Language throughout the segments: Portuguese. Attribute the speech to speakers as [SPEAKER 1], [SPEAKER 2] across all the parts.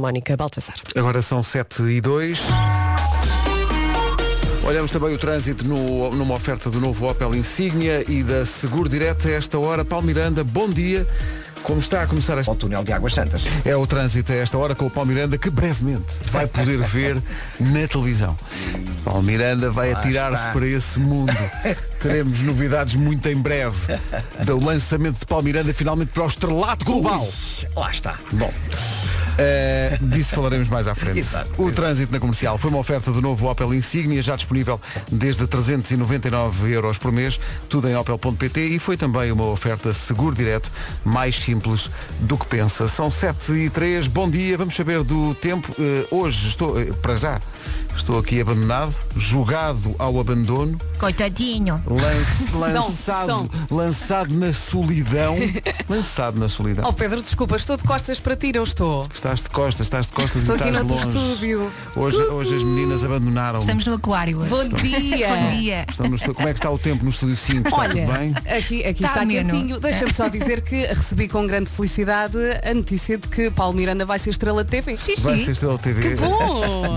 [SPEAKER 1] Mónica Baltazar.
[SPEAKER 2] Agora são 7 e 2. Olhamos também o trânsito no- numa oferta do novo Opel Insignia e da Seguro Direto a esta hora. Paulo Miranda, bom dia. Como está a começar esta...
[SPEAKER 3] ao túnel de Águas Santas.
[SPEAKER 2] É o trânsito a esta hora com o Paulo Miranda que brevemente vai poder ver na televisão. Paulo Miranda vai
[SPEAKER 3] Lá
[SPEAKER 2] atirar-se
[SPEAKER 3] está.
[SPEAKER 2] para esse mundo. Teremos novidades muito em breve do lançamento de Paulo Miranda finalmente para o estrelato global.
[SPEAKER 3] Lá está.
[SPEAKER 2] Bom, eh, disso falaremos mais à frente.
[SPEAKER 3] Exato.
[SPEAKER 2] O trânsito na comercial foi uma oferta do novo Opel Insignia, já disponível desde 399 euros por mês, tudo em opel.pt e foi também uma oferta seguro direto, mais simples do que pensa. São 7 e 3, bom dia, vamos saber do tempo. Eh, hoje estou, eh, para já, estou aqui abandonado, julgado ao abandono,
[SPEAKER 4] Coitadinho.
[SPEAKER 2] lance-
[SPEAKER 1] são.
[SPEAKER 2] lançado, lançado na solidão, lançado na solidão.
[SPEAKER 1] Oh Pedro, desculpa, estou de costas para ti, não estou.
[SPEAKER 2] Estás de costas, estás de costas
[SPEAKER 1] Estou
[SPEAKER 2] e
[SPEAKER 1] aqui
[SPEAKER 2] estás
[SPEAKER 1] no
[SPEAKER 2] longe.
[SPEAKER 1] outro estúdio.
[SPEAKER 2] Hoje, hoje as meninas abandonaram.
[SPEAKER 4] Estamos no aquário hoje.
[SPEAKER 1] Bom dia.
[SPEAKER 4] Bom dia.
[SPEAKER 2] Estamos no estu- Como é que está o tempo no estúdio 5? Está
[SPEAKER 1] Olha,
[SPEAKER 2] tudo bem?
[SPEAKER 1] aqui, aqui
[SPEAKER 4] Está
[SPEAKER 1] está
[SPEAKER 4] ameno.
[SPEAKER 1] quentinho. Deixa-me só dizer que recebi com grande felicidade a notícia de que Paulo Miranda vai ser estrela de TV.
[SPEAKER 4] Xixi.
[SPEAKER 2] Vai ser Estrela TV.
[SPEAKER 1] Que bom!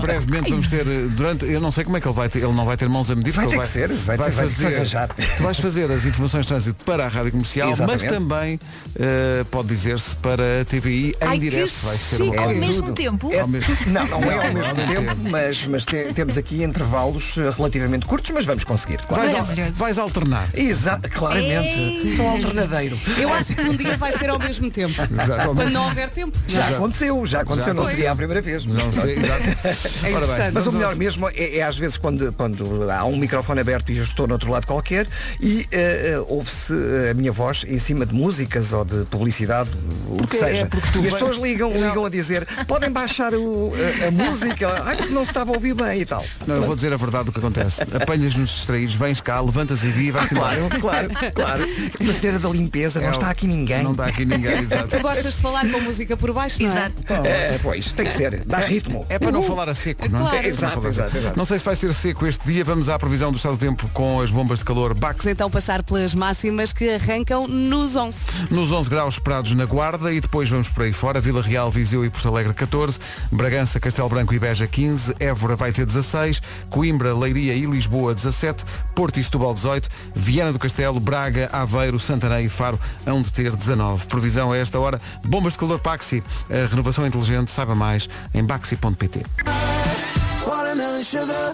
[SPEAKER 2] Brevemente vamos ter, eh, durante, eu não sei como é que ele vai ter, ele não vai ter mãos a medir,
[SPEAKER 3] Vai
[SPEAKER 2] porque
[SPEAKER 3] ter que
[SPEAKER 2] ele
[SPEAKER 3] ser, vai ter- vai ter que se arranjar.
[SPEAKER 2] Tu vais fazer as informações de trânsito para a Rádio Comercial,
[SPEAKER 3] Exatamente.
[SPEAKER 2] mas também eh, pode dizer-se para a TVI em
[SPEAKER 1] Ai, que
[SPEAKER 2] direto. Vai ser
[SPEAKER 1] chique!
[SPEAKER 2] uma
[SPEAKER 4] Ao
[SPEAKER 2] coisa-
[SPEAKER 4] mesmo
[SPEAKER 3] tudo.
[SPEAKER 4] tempo.
[SPEAKER 2] ao mesmo-
[SPEAKER 3] Não, não é ao mesmo
[SPEAKER 2] mesmo
[SPEAKER 3] tempo, mas, mas te- temos aqui intervalos eh, relativamente curtos, mas vamos conseguir, claro.
[SPEAKER 2] Vais, al-
[SPEAKER 4] Maravilhoso.
[SPEAKER 2] vais alternar.
[SPEAKER 3] Exato, claramente.
[SPEAKER 4] Ei.
[SPEAKER 3] Sou alternadeiro.
[SPEAKER 1] Eu acho que um dia vai ser ao mesmo tempo.
[SPEAKER 2] Exato.
[SPEAKER 1] Quando não houver tempo.
[SPEAKER 3] Já
[SPEAKER 2] Exato.
[SPEAKER 3] aconteceu, já aconteceu, não
[SPEAKER 2] Pois.
[SPEAKER 3] seria a primeira vez.
[SPEAKER 2] Não sei, exato.
[SPEAKER 1] É
[SPEAKER 2] Ora bem,
[SPEAKER 1] interessante.
[SPEAKER 3] Mas o
[SPEAKER 2] vamos
[SPEAKER 3] melhor
[SPEAKER 2] ao-
[SPEAKER 3] mesmo é, é às vezes quando, quando há um microfone aberto e eu estou no outro lado qualquer e eh, eh, ouve-se eh, a minha voz em cima de músicas ou de publicidade, o
[SPEAKER 2] Porque
[SPEAKER 3] que
[SPEAKER 2] é
[SPEAKER 3] seja.
[SPEAKER 2] porque tu
[SPEAKER 3] e as
[SPEAKER 2] vais-
[SPEAKER 3] pessoas ligam, ligam a dizer, podem baixar o- a, a música, ai porque não se estava a ouvir bem e tal.
[SPEAKER 2] Não, eu vou dizer a verdade do que acontece. Apanhas-nos distraídos, vens cá, levantas e vi e vais embora.
[SPEAKER 3] Ah, Claro, claro, claro. Uma senhora da limpeza, não
[SPEAKER 2] É,
[SPEAKER 3] está aqui ninguém.
[SPEAKER 2] Não está aqui ninguém, exato.
[SPEAKER 1] Tu gostas de falar com música por baixo, não é?
[SPEAKER 4] Exato.
[SPEAKER 3] É, pois, tem que ser, dá ritmo.
[SPEAKER 2] É para não falar a seco, não é?
[SPEAKER 1] Claro.
[SPEAKER 2] É para não
[SPEAKER 3] Exato,
[SPEAKER 2] falar a
[SPEAKER 3] exato,
[SPEAKER 2] seco.
[SPEAKER 3] exato.
[SPEAKER 2] Não sei se vai ser seco este dia. Vamos à previsão do estado do tempo com as bombas de calor Bax.
[SPEAKER 1] Vamos então passar pelas máximas que arrancam nos 11.
[SPEAKER 2] Nos 11 graus esperados na Guarda e depois vamos por aí fora. Vila Real, Viseu e Porto Alegre 14, Bragança, Castelo Branco e Beja 15, Évora vai ter 16, Coimbra, Leiria e Lisboa 17, Porto e Setúbal 18, Viana do Castelo, Braga, Aveiro, Santarém e Faro hão de ter 19. Previsão a esta hora, bombas de calor Baxi. A renovação inteligente, saiba mais em baxi.pt.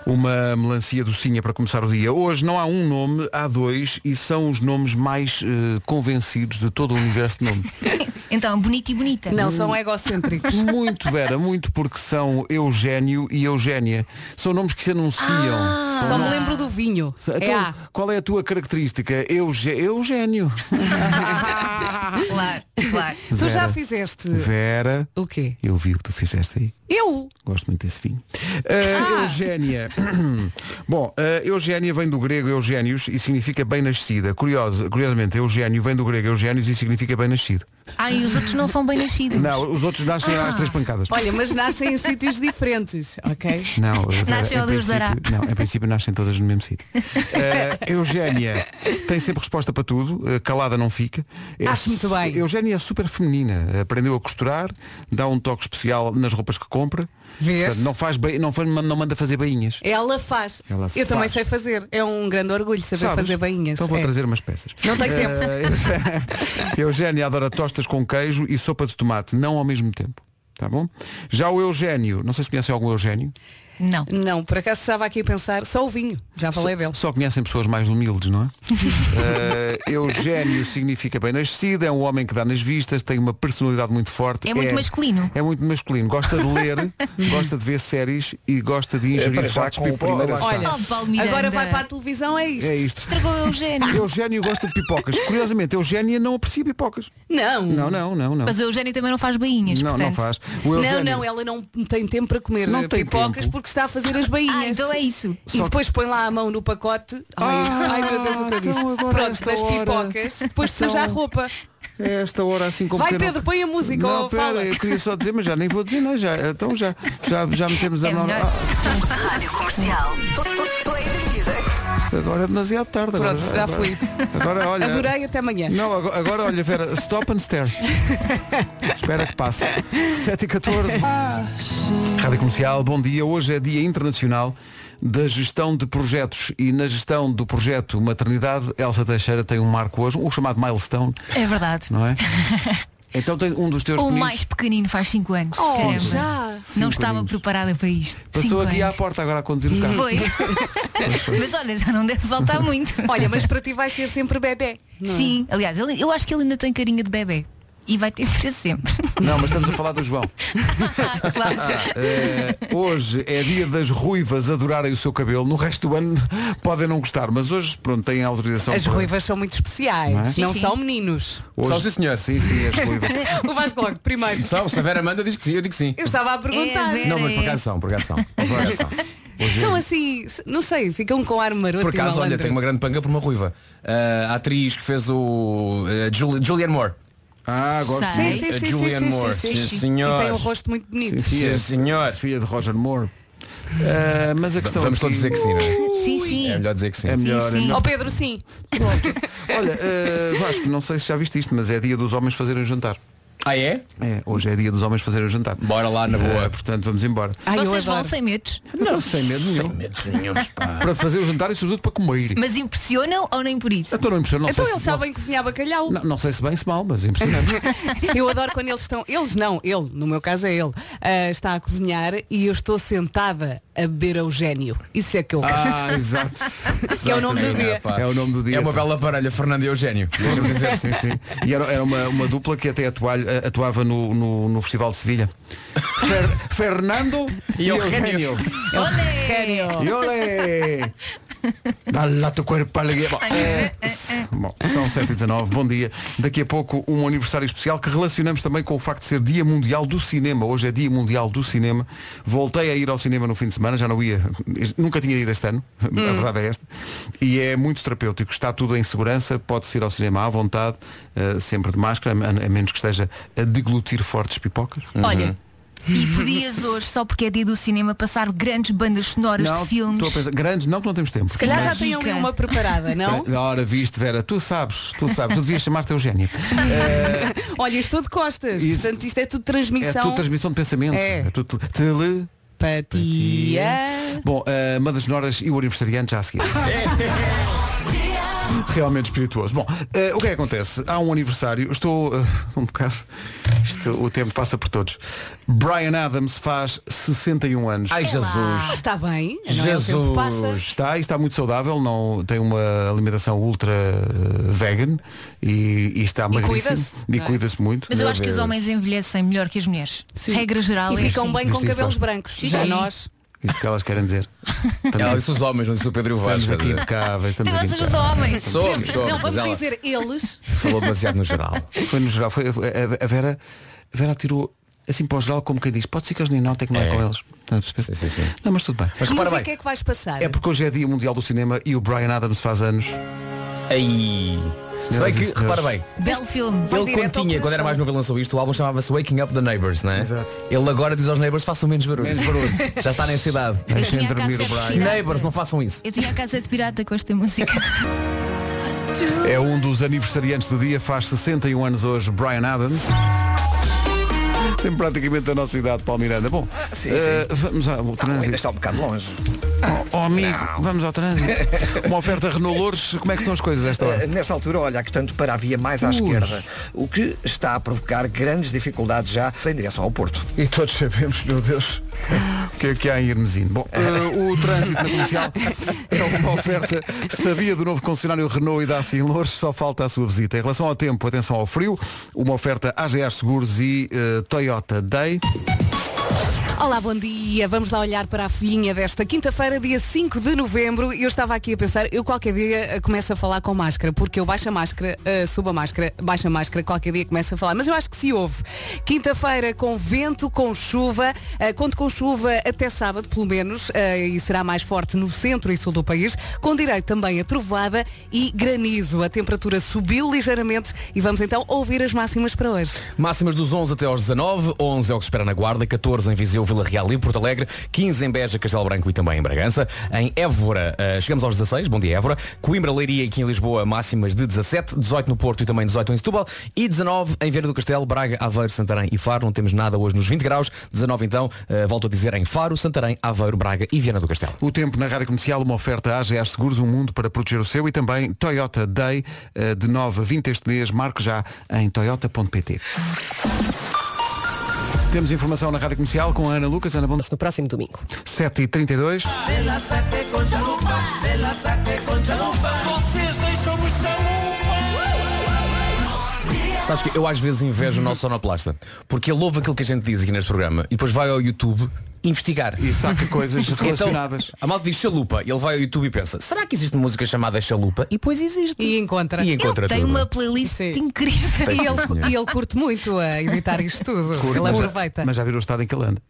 [SPEAKER 2] Uma melancia docinha para começar o dia. Hoje não há um nome, há dois e são os nomes mais eh, convencidos de todo o universo de nomes.
[SPEAKER 4] Então, bonita e bonita.
[SPEAKER 1] Não
[SPEAKER 2] Hum.
[SPEAKER 1] são egocêntricos.
[SPEAKER 2] Muito, Vera, muito porque são Eugénio e Eugénia. São nomes que se anunciam. São
[SPEAKER 1] Só me
[SPEAKER 2] nomes-
[SPEAKER 1] lembro do vinho. Ah, É
[SPEAKER 2] Então,
[SPEAKER 1] A.
[SPEAKER 2] Qual é a tua característica? Euge- Eugénio.
[SPEAKER 4] Claro, claro.
[SPEAKER 1] Tu já
[SPEAKER 2] Então- Vera.
[SPEAKER 1] fizeste
[SPEAKER 2] Vera,
[SPEAKER 1] o quê?
[SPEAKER 2] eu vi o que tu fizeste aí.
[SPEAKER 1] Eu?
[SPEAKER 2] Gosto muito desse vinho. Eh,
[SPEAKER 1] Ah!
[SPEAKER 2] Eugénia. Bom, eh, Eugénia vem do grego Eugénios e significa bem nascida. Curiosa, curiosamente, Eugénio vem do grego Eugénios e significa bem nascido.
[SPEAKER 4] Ah, e os outros não são bem nascidos.
[SPEAKER 2] Não, os outros nascem
[SPEAKER 1] Ah!
[SPEAKER 2] às três pancadas.
[SPEAKER 1] Olha, mas nascem em sítios diferentes, ok?
[SPEAKER 2] Não, Vera,
[SPEAKER 4] Nascem
[SPEAKER 2] em
[SPEAKER 4] ao Deus
[SPEAKER 2] princípio-
[SPEAKER 4] dará.
[SPEAKER 2] Não, em princípio nascem todas no mesmo sítio. Eh, Eugénia tem sempre resposta para tudo, eh, calada não fica. É
[SPEAKER 1] Acho muito
[SPEAKER 2] su-
[SPEAKER 1] bem.
[SPEAKER 2] Eugénia é super feminina, aprendeu a costurar, dá um toque especial nas roupas que compra.
[SPEAKER 1] Vês?
[SPEAKER 2] Portanto, não faz ba- não, fa- não manda fazer bainhas.
[SPEAKER 1] Ela faz.
[SPEAKER 2] Ela
[SPEAKER 1] eu
[SPEAKER 2] faz.
[SPEAKER 1] também sei fazer. É um grande orgulho saber
[SPEAKER 2] Sabes?
[SPEAKER 1] fazer bainhas.
[SPEAKER 2] Então vou
[SPEAKER 1] É.
[SPEAKER 2] trazer umas peças.
[SPEAKER 1] Não tenho tempo.
[SPEAKER 2] Eh, Eugénia adora tostas com queijo e sopa de tomate, não ao mesmo tempo. Tá bom? Já o Eugénio, não sei se conhecem algum Eugénio,
[SPEAKER 4] Não.
[SPEAKER 1] Não, por acaso estava aqui a pensar, só o vinho. Já falei
[SPEAKER 4] é
[SPEAKER 1] dele.
[SPEAKER 2] só conhecem pessoas mais humildes, não é? Eh, Eugénio significa bem nascido, é um homem que dá nas vistas, tem uma personalidade muito forte.
[SPEAKER 4] É muito masculino.
[SPEAKER 2] É muito masculino, gosta de ler, gosta de ver séries e gosta de ingerir
[SPEAKER 3] para É, já
[SPEAKER 2] fatos
[SPEAKER 3] com o
[SPEAKER 2] pipoca.
[SPEAKER 3] primeiro
[SPEAKER 2] Lá está.
[SPEAKER 1] Olha,
[SPEAKER 4] Oh, Paulo Miranda.
[SPEAKER 1] agora vai para a televisão, é isto.
[SPEAKER 2] É isto.
[SPEAKER 4] Estragou o Eugénio.
[SPEAKER 2] Eugénio gosta de pipocas. Curiosamente, Eugénia não aprecia pipocas.
[SPEAKER 1] Não.
[SPEAKER 2] Não, não, não, não.
[SPEAKER 4] Mas o Eugénio também não faz bainhas,
[SPEAKER 2] Não,
[SPEAKER 4] portanto.
[SPEAKER 2] não faz. O Eugénio-
[SPEAKER 1] Não, não, ela não tem tempo para comer
[SPEAKER 2] Não tem
[SPEAKER 1] pipocas
[SPEAKER 2] tempo.
[SPEAKER 1] porque está a fazer as bainhas.
[SPEAKER 4] Ah, então é isso.
[SPEAKER 1] E depois põe lá a mão no pacote. Ai,
[SPEAKER 2] Ah,
[SPEAKER 1] ai, meu Deus, o que eu
[SPEAKER 2] então
[SPEAKER 1] disse.
[SPEAKER 2] agora
[SPEAKER 1] Pronto,
[SPEAKER 2] esta
[SPEAKER 1] das
[SPEAKER 2] hora.
[SPEAKER 1] pipocas, depois
[SPEAKER 2] Então-
[SPEAKER 1] suja a roupa.
[SPEAKER 2] É esta hora assim como
[SPEAKER 1] Vai,
[SPEAKER 2] que eu
[SPEAKER 1] Pedro, põe a música,
[SPEAKER 2] Não,
[SPEAKER 1] ou
[SPEAKER 2] pera,
[SPEAKER 1] fala.
[SPEAKER 2] eu queria só dizer, mas já nem vou dizer, não, já, então já, já, já metemos a
[SPEAKER 4] É
[SPEAKER 2] nova.
[SPEAKER 4] melhor.
[SPEAKER 2] Ah,
[SPEAKER 5] Rádio Comercial. Play the music.
[SPEAKER 2] agora é demasiado tarde. agora
[SPEAKER 1] Pronto, já
[SPEAKER 2] agora-
[SPEAKER 1] fui.
[SPEAKER 2] Agora, olha,
[SPEAKER 1] Adorei, até amanhã.
[SPEAKER 2] Não, agora, agora, olha, Vera, stop and stare. Espera que passe. 7 e 14. Rádio Comercial, bom dia. Hoje é Dia Internacional da Gestão de Projetos e na gestão do projeto Maternidade, Elsa Teixeira tem um marco hoje, o chamado milestone,
[SPEAKER 4] É verdade.
[SPEAKER 2] não é? Então tem um dos teus
[SPEAKER 4] O
[SPEAKER 2] meninos
[SPEAKER 4] mais pequenino faz 5 anos. Caramba.
[SPEAKER 1] já.
[SPEAKER 4] É, Não
[SPEAKER 2] Oh, Cinco
[SPEAKER 4] estava
[SPEAKER 2] aninhos.
[SPEAKER 4] preparada para isto. Cinco
[SPEAKER 2] passou aqui à
[SPEAKER 4] anos.
[SPEAKER 2] porta agora a conduzir o carro.
[SPEAKER 4] Foi. Mas olha, já não deve faltar muito.
[SPEAKER 1] Olha, mas para ti vai ser sempre bebê. não é?
[SPEAKER 4] Sim, aliás, ele- eu acho que ele ainda tem carinha de bebê. E vai ter para sempre.
[SPEAKER 2] Não, mas estamos a falar do João.
[SPEAKER 4] claro.
[SPEAKER 2] Eh, hoje é dia das ruivas adorarem o seu cabelo. No resto do ano podem não gostar, mas hoje, pronto, têm a autorização.
[SPEAKER 1] As
[SPEAKER 2] para-
[SPEAKER 1] ruivas são muito especiais,
[SPEAKER 2] Não é?
[SPEAKER 1] não,
[SPEAKER 4] Sim, sim.
[SPEAKER 1] são meninos.
[SPEAKER 2] Hoje...
[SPEAKER 5] Só sim, senhor.
[SPEAKER 2] Sim, sim, as ruivas.
[SPEAKER 1] O Vasco logo, primeiro.
[SPEAKER 5] Só, se a Vera manda, diz que sim. Eu digo sim.
[SPEAKER 1] Eu estava a perguntar.
[SPEAKER 4] É,
[SPEAKER 5] Não, mas por
[SPEAKER 4] Vera, é.
[SPEAKER 5] acaso são, por acaso são. Por acaso são.
[SPEAKER 1] São assim, não sei, ficam com ar maroto
[SPEAKER 5] Por
[SPEAKER 1] e
[SPEAKER 5] acaso, olha,
[SPEAKER 1] malandro.
[SPEAKER 5] tenho uma grande panga por uma ruiva. Ah, a atriz que fez o. eh, Jul- Julianne Moore.
[SPEAKER 2] Ah, gosto.
[SPEAKER 4] Sai.
[SPEAKER 1] Sim,
[SPEAKER 4] Ai,
[SPEAKER 1] sim,
[SPEAKER 5] a
[SPEAKER 1] sim,
[SPEAKER 5] Julianne
[SPEAKER 1] sim, sim,
[SPEAKER 5] Moore.
[SPEAKER 1] sim,
[SPEAKER 5] Sim,
[SPEAKER 1] sim.
[SPEAKER 5] senhor.
[SPEAKER 1] E tem um rosto muito bonito.
[SPEAKER 5] Sim, senhor.
[SPEAKER 2] Filha de Roger Moore. Eh, mas a questão
[SPEAKER 5] Vamos
[SPEAKER 2] aqui-
[SPEAKER 5] todos dizer que sim, não é?
[SPEAKER 4] Sim, sim.
[SPEAKER 5] É melhor dizer que sim.
[SPEAKER 2] É melhor,
[SPEAKER 4] sim,
[SPEAKER 2] é
[SPEAKER 4] sim.
[SPEAKER 2] melhor.
[SPEAKER 1] Ó Pedro, sim.
[SPEAKER 2] Olha, eh, Vasco, não sei se já viste isto, mas é dia dos homens fazerem o jantar.
[SPEAKER 5] Ah, é?
[SPEAKER 2] É, hoje é dia dos homens fazerem o jantar.
[SPEAKER 5] Bora lá na boa.
[SPEAKER 2] Eh, portanto, vamos embora.
[SPEAKER 1] Ai, eu
[SPEAKER 4] Vocês vão
[SPEAKER 1] adoro.
[SPEAKER 4] sem medos,
[SPEAKER 2] Não, sem medo nenhum. Para fazer o jantar e sobretudo para comer.
[SPEAKER 4] mas impressionam ou nem por isso?
[SPEAKER 2] Então não impressiona, não
[SPEAKER 1] Então
[SPEAKER 2] sei
[SPEAKER 1] eles
[SPEAKER 2] se, não-
[SPEAKER 1] sabem cozinhar bacalhau.
[SPEAKER 2] Não, não sei se bem, se mal, mas é impressionante.
[SPEAKER 1] Eu adoro quando eles estão. Eles não, ele, no meu caso é ele, ah, está a cozinhar e eu estou sentada a beber Eugénio. Isso é que eu quero.
[SPEAKER 2] Ah, exato.
[SPEAKER 1] Que é o nome do
[SPEAKER 5] Exatamente,
[SPEAKER 1] dia.
[SPEAKER 5] pá.
[SPEAKER 2] É o nome do dia.
[SPEAKER 5] É uma bela parelha, Fernando e Eugénio. Deixa-me dizer.
[SPEAKER 2] Sim, sim. E era, era uma, uma dupla que até atualho- a- atuava no, no, no Festival de Sevilha. Fer- Fernando e
[SPEAKER 5] E
[SPEAKER 2] Eugênio.
[SPEAKER 5] Eugênio.
[SPEAKER 1] Eugénio.
[SPEAKER 2] E olé! Dá lá teu corpo alegria. Bom,
[SPEAKER 1] eh,
[SPEAKER 2] é, bom, são 7h19, bom dia. Daqui a pouco um aniversário especial que relacionamos também com o facto de ser Dia Mundial do Cinema. Hoje é Dia Mundial do Cinema. Voltei a ir ao cinema no fim de semana, já não ia, nunca tinha ido este ano, a
[SPEAKER 1] Hum.
[SPEAKER 2] verdade é esta. E é muito terapêutico, está tudo em segurança, pode-se ir ao cinema à vontade, eh, sempre de máscara, a, a menos que esteja a deglutir fortes pipocas.
[SPEAKER 1] Uhum.
[SPEAKER 4] Olha, e podias hoje, só porque é dia do cinema, passar grandes bandas sonoras
[SPEAKER 2] Não,
[SPEAKER 4] de filmes.
[SPEAKER 2] estou a pensar- grandes, não que não temos tempo.
[SPEAKER 1] Se calhar já
[SPEAKER 4] Mas
[SPEAKER 1] tem ali
[SPEAKER 4] fica.
[SPEAKER 1] uma preparada, não?
[SPEAKER 2] Da hora viste, Vera, tu sabes, tu sabes, tu devias chamar-te É Eugénio.
[SPEAKER 1] Olha, estou de costas.
[SPEAKER 2] Isso.
[SPEAKER 1] Portanto, isto é tudo
[SPEAKER 2] É
[SPEAKER 1] transmissão.
[SPEAKER 2] tudo transmissão de pensamento.
[SPEAKER 1] É.
[SPEAKER 2] tudo tele- tele.
[SPEAKER 1] Patia.
[SPEAKER 2] Bom, uh, Madas Noras e o aniversariante já a seguir. Realmente espirituoso. Bom, eh, o que é que acontece? Há um aniversário, estou eh, um bocado. Isto, o tempo passa por todos. Brian Adams faz 61 anos.
[SPEAKER 5] Ai, Jesus.
[SPEAKER 1] Ah, está bem. Não é o tempo que
[SPEAKER 5] Jesus.
[SPEAKER 1] passa.
[SPEAKER 2] Está e está muito saudável, não, tem uma alimentação ultra eh, vegan e, e está magríssimo.
[SPEAKER 1] cuida-se,
[SPEAKER 2] E
[SPEAKER 1] não é?
[SPEAKER 2] cuida-se muito.
[SPEAKER 4] Mas eu acho que os homens envelhecem melhor que as mulheres. Regra geral
[SPEAKER 1] E
[SPEAKER 4] é
[SPEAKER 1] ficam
[SPEAKER 4] assim.
[SPEAKER 1] bem com
[SPEAKER 2] Sim, sim,
[SPEAKER 1] cabelos
[SPEAKER 2] faz.
[SPEAKER 1] brancos.
[SPEAKER 4] Sim,
[SPEAKER 1] Já
[SPEAKER 4] sim.
[SPEAKER 1] nós.
[SPEAKER 2] Isto que elas querem dizer.
[SPEAKER 5] Ela
[SPEAKER 2] Estamos,
[SPEAKER 5] disse os homens, não disse o Pedro e o Vasco.
[SPEAKER 2] estamos aqui impecáveis. Estamos
[SPEAKER 4] Tem
[SPEAKER 2] aqui
[SPEAKER 4] vocês não
[SPEAKER 2] impecáveis.
[SPEAKER 4] são homens.
[SPEAKER 5] Somos, somos.
[SPEAKER 1] Não, vamos
[SPEAKER 5] mas ela
[SPEAKER 1] dizer eles.
[SPEAKER 5] Falou demasiado no geral.
[SPEAKER 2] Foi no geral. Foi, a, a Vera, a Vera tirou assim para o geral, como quem diz, pode ser que eles nem notem que não é,
[SPEAKER 5] É.
[SPEAKER 2] com eles. Estás a perceber?
[SPEAKER 5] Sim, sim, sim.
[SPEAKER 2] Não, mas tudo bem.
[SPEAKER 5] Mas
[SPEAKER 1] Que
[SPEAKER 5] repara
[SPEAKER 1] música
[SPEAKER 5] bem.
[SPEAKER 1] é que vais passar?
[SPEAKER 2] É porque hoje é dia mundial do cinema e o Brian Adams faz anos.
[SPEAKER 1] é-
[SPEAKER 5] Aí. Se bem
[SPEAKER 2] e
[SPEAKER 5] que,
[SPEAKER 2] senhores.
[SPEAKER 5] repara bem,
[SPEAKER 4] Belo filme.
[SPEAKER 1] Vai
[SPEAKER 5] ele
[SPEAKER 1] direto ao
[SPEAKER 5] quando tinha, quando era
[SPEAKER 1] coração.
[SPEAKER 5] mais novo, ele lançou isto, o álbum chamava-se Waking Up the Neighbors, não é?
[SPEAKER 2] Exato.
[SPEAKER 5] Ele agora diz aos neighbors, façam menos barulho.
[SPEAKER 2] Menos barulho.
[SPEAKER 5] Já está nessa idade.
[SPEAKER 4] Eu
[SPEAKER 2] Deixem
[SPEAKER 4] tinha a
[SPEAKER 2] dormir o
[SPEAKER 4] cassete
[SPEAKER 2] Brian.
[SPEAKER 4] pirata.
[SPEAKER 5] Neighbors, não façam isso.
[SPEAKER 4] Eu tinha a casa de pirata com esta música.
[SPEAKER 2] É um dos aniversariantes do dia, faz 61 anos hoje, Brian Adams. Tem praticamente a nossa idade, Paulo Miranda. Bom,
[SPEAKER 3] sim,
[SPEAKER 2] eh, vamos ao
[SPEAKER 3] Não, ainda
[SPEAKER 2] trânsito.
[SPEAKER 3] está um bocado longe.
[SPEAKER 2] Oh, amigo, vamos ao trânsito. Uma oferta Renault Lourdes, como é que estão as coisas a esta hora?
[SPEAKER 3] Eh, Nesta altura, olha, que tanto para a via mais à esquerda, o que está a provocar grandes dificuldades já em direção ao Porto.
[SPEAKER 2] E todos sabemos, meu Deus, o que é que há em Hermesino. Bom, eh, o trânsito na comercial é uma oferta. Sabia do novo concessionário Renault e da Assim Lourdes, só falta a sua visita. Em relação ao tempo, atenção ao frio, uma oferta AGA Seguros e eh, Toyota Day.
[SPEAKER 1] Olá, bom dia. Vamos lá olhar para a folhinha desta quinta-feira, dia 5 de novembro. Eu estava aqui a pensar, eu qualquer dia eh, começo a falar com máscara, porque eu baixo a máscara, eh, subo a máscara, baixo a máscara, qualquer dia começo a falar. Mas eu acho que se ouve. Quinta-feira com vento, com chuva, eh, conto com chuva até sábado, pelo menos, eh, e será mais forte no centro e sul do país, com direito também a trovada e granizo. A temperatura subiu ligeiramente e vamos então ouvir as máximas para hoje.
[SPEAKER 5] Máximas dos 11 até aos 19, 11 é o que se espera na Guarda, 14 em Viseu, Viseu, Vila Real e Porto Alegre, 15 em Beja, Castelo Branco e também em Bragança. Em Évora, eh, chegamos aos 16, bom dia Évora. Coimbra, Leiria e aqui em Lisboa, máximas de 17, 18 no Porto e também 18 em Setúbal e 19 em Viana do Castelo, Braga, Aveiro, Santarém e Faro. Não temos nada hoje nos 20 graus, 19 então, eh, volto a dizer, em Faro, Santarém, Aveiro, Braga e Viana do Castelo.
[SPEAKER 2] O tempo na Rádio Comercial, uma oferta à AGS Seguros, um mundo para proteger o seu e também Toyota Day, eh, de 9 a 20 este mês. Marque já em toyota.pt. Temos informação na Rádio Comercial com a Ana Lucas. Ana, bom
[SPEAKER 6] No próximo domingo.
[SPEAKER 2] 7h32.
[SPEAKER 5] Sabes que eu às vezes invejo o nosso sonoplasta, porque ele ouve aquilo que a gente diz aqui neste programa e depois vai ao YouTube investigar.
[SPEAKER 2] E saca coisas relacionadas.
[SPEAKER 5] Então, a malta diz chalupa e ele vai ao YouTube e pensa, será que existe uma música chamada chalupa? E depois existe.
[SPEAKER 1] E encontra.
[SPEAKER 5] E
[SPEAKER 4] Ele
[SPEAKER 5] encontra
[SPEAKER 4] tem
[SPEAKER 5] tudo.
[SPEAKER 4] uma playlist
[SPEAKER 1] Sim.
[SPEAKER 4] incrível.
[SPEAKER 1] E
[SPEAKER 5] Sim, senhor.
[SPEAKER 1] ele, e ele curte muito a editar isto tudo.
[SPEAKER 2] Curto,
[SPEAKER 1] ele
[SPEAKER 2] mas já-
[SPEAKER 1] aproveita.
[SPEAKER 2] Mas já virou o estado em que ele anda.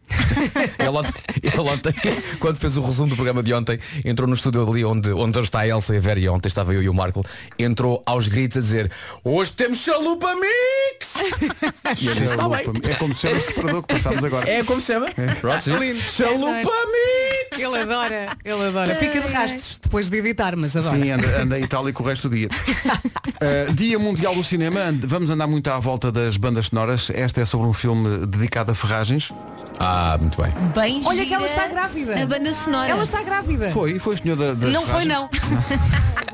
[SPEAKER 5] é, Ele ontem, ele ontem, quando fez o resumo do programa de ontem, entrou no estúdio ali onde, onde hoje está a Elsa e a Vera e ontem estava eu e o Marco, entrou aos gritos a dizer Hoje temos chalupa mix! E eu disse, "Tá bem."
[SPEAKER 2] É como se chama o separador que passámos agora.
[SPEAKER 5] É como se chama? Pronto, sim. chalupa mix!
[SPEAKER 1] Ele adora, ele adora. Fica de rastos depois de editar, mas adora.
[SPEAKER 2] Sim, anda, anda em itálico o resto do dia. Uh, dia Mundial do Cinema, and- vamos andar muito à volta das bandas sonoras. Esta é sobre um filme dedicado a ferragens.
[SPEAKER 5] Ah, muito bem.
[SPEAKER 4] Bem
[SPEAKER 1] Olha
[SPEAKER 4] gira
[SPEAKER 1] que ela está grávida.
[SPEAKER 4] A banda sonora.
[SPEAKER 1] Ela está grávida.
[SPEAKER 2] Foi, foi o senhor da, das
[SPEAKER 1] Não foi
[SPEAKER 2] ferragens.
[SPEAKER 1] não.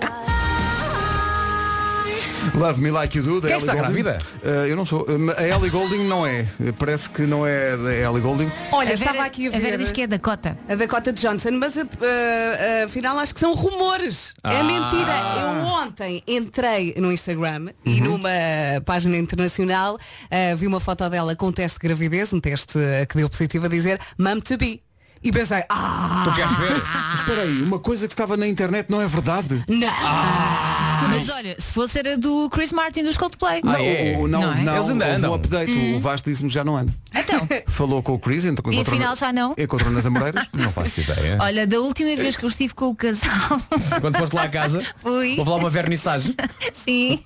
[SPEAKER 2] Love Me Like You Do, da
[SPEAKER 5] Quem
[SPEAKER 2] Ellie
[SPEAKER 5] está
[SPEAKER 2] Goulding.
[SPEAKER 5] grávida?
[SPEAKER 2] Uh, eu não sou. Um, A Ellie Golding não é. Parece que não é da Ellie Golding.
[SPEAKER 1] Olha,
[SPEAKER 4] A Vera-
[SPEAKER 1] estava aqui a ver.
[SPEAKER 4] A Vera diz que é da cota.
[SPEAKER 1] a Dakota Johnson, mas ah, ah, afinal acho que são rumores.
[SPEAKER 2] Ah.
[SPEAKER 1] É mentira. Eu ontem entrei no Instagram e
[SPEAKER 2] Uhum.
[SPEAKER 1] numa página internacional ah, vi uma foto dela com um teste de gravidez, um teste ah, que deu positivo a dizer mum to be. E pensei, ah,
[SPEAKER 5] Tu queres ver?
[SPEAKER 2] Mas espera aí, uma coisa que estava na internet não é verdade.
[SPEAKER 1] não.
[SPEAKER 2] Ah.
[SPEAKER 1] Ah.
[SPEAKER 4] Mas olha, se fosse era do Chris Martin dos Coldplay.
[SPEAKER 5] Ah, é?
[SPEAKER 2] O- o- não,
[SPEAKER 4] Não
[SPEAKER 2] não,
[SPEAKER 4] é?
[SPEAKER 5] Eles ainda
[SPEAKER 2] houve
[SPEAKER 5] andam.
[SPEAKER 2] um update. O Vasco disse-me que já não anda.
[SPEAKER 4] Então,
[SPEAKER 2] Falou com É o Chris, encontrou
[SPEAKER 4] afinal já não?
[SPEAKER 2] Encontrou nas Amoreiras.
[SPEAKER 5] Não faço ideia.
[SPEAKER 4] olha, da última vez que eu estive com o casal,
[SPEAKER 5] É. Quando foste lá a casa,
[SPEAKER 4] Fui.
[SPEAKER 5] houve lá uma vernissagem.
[SPEAKER 4] sim,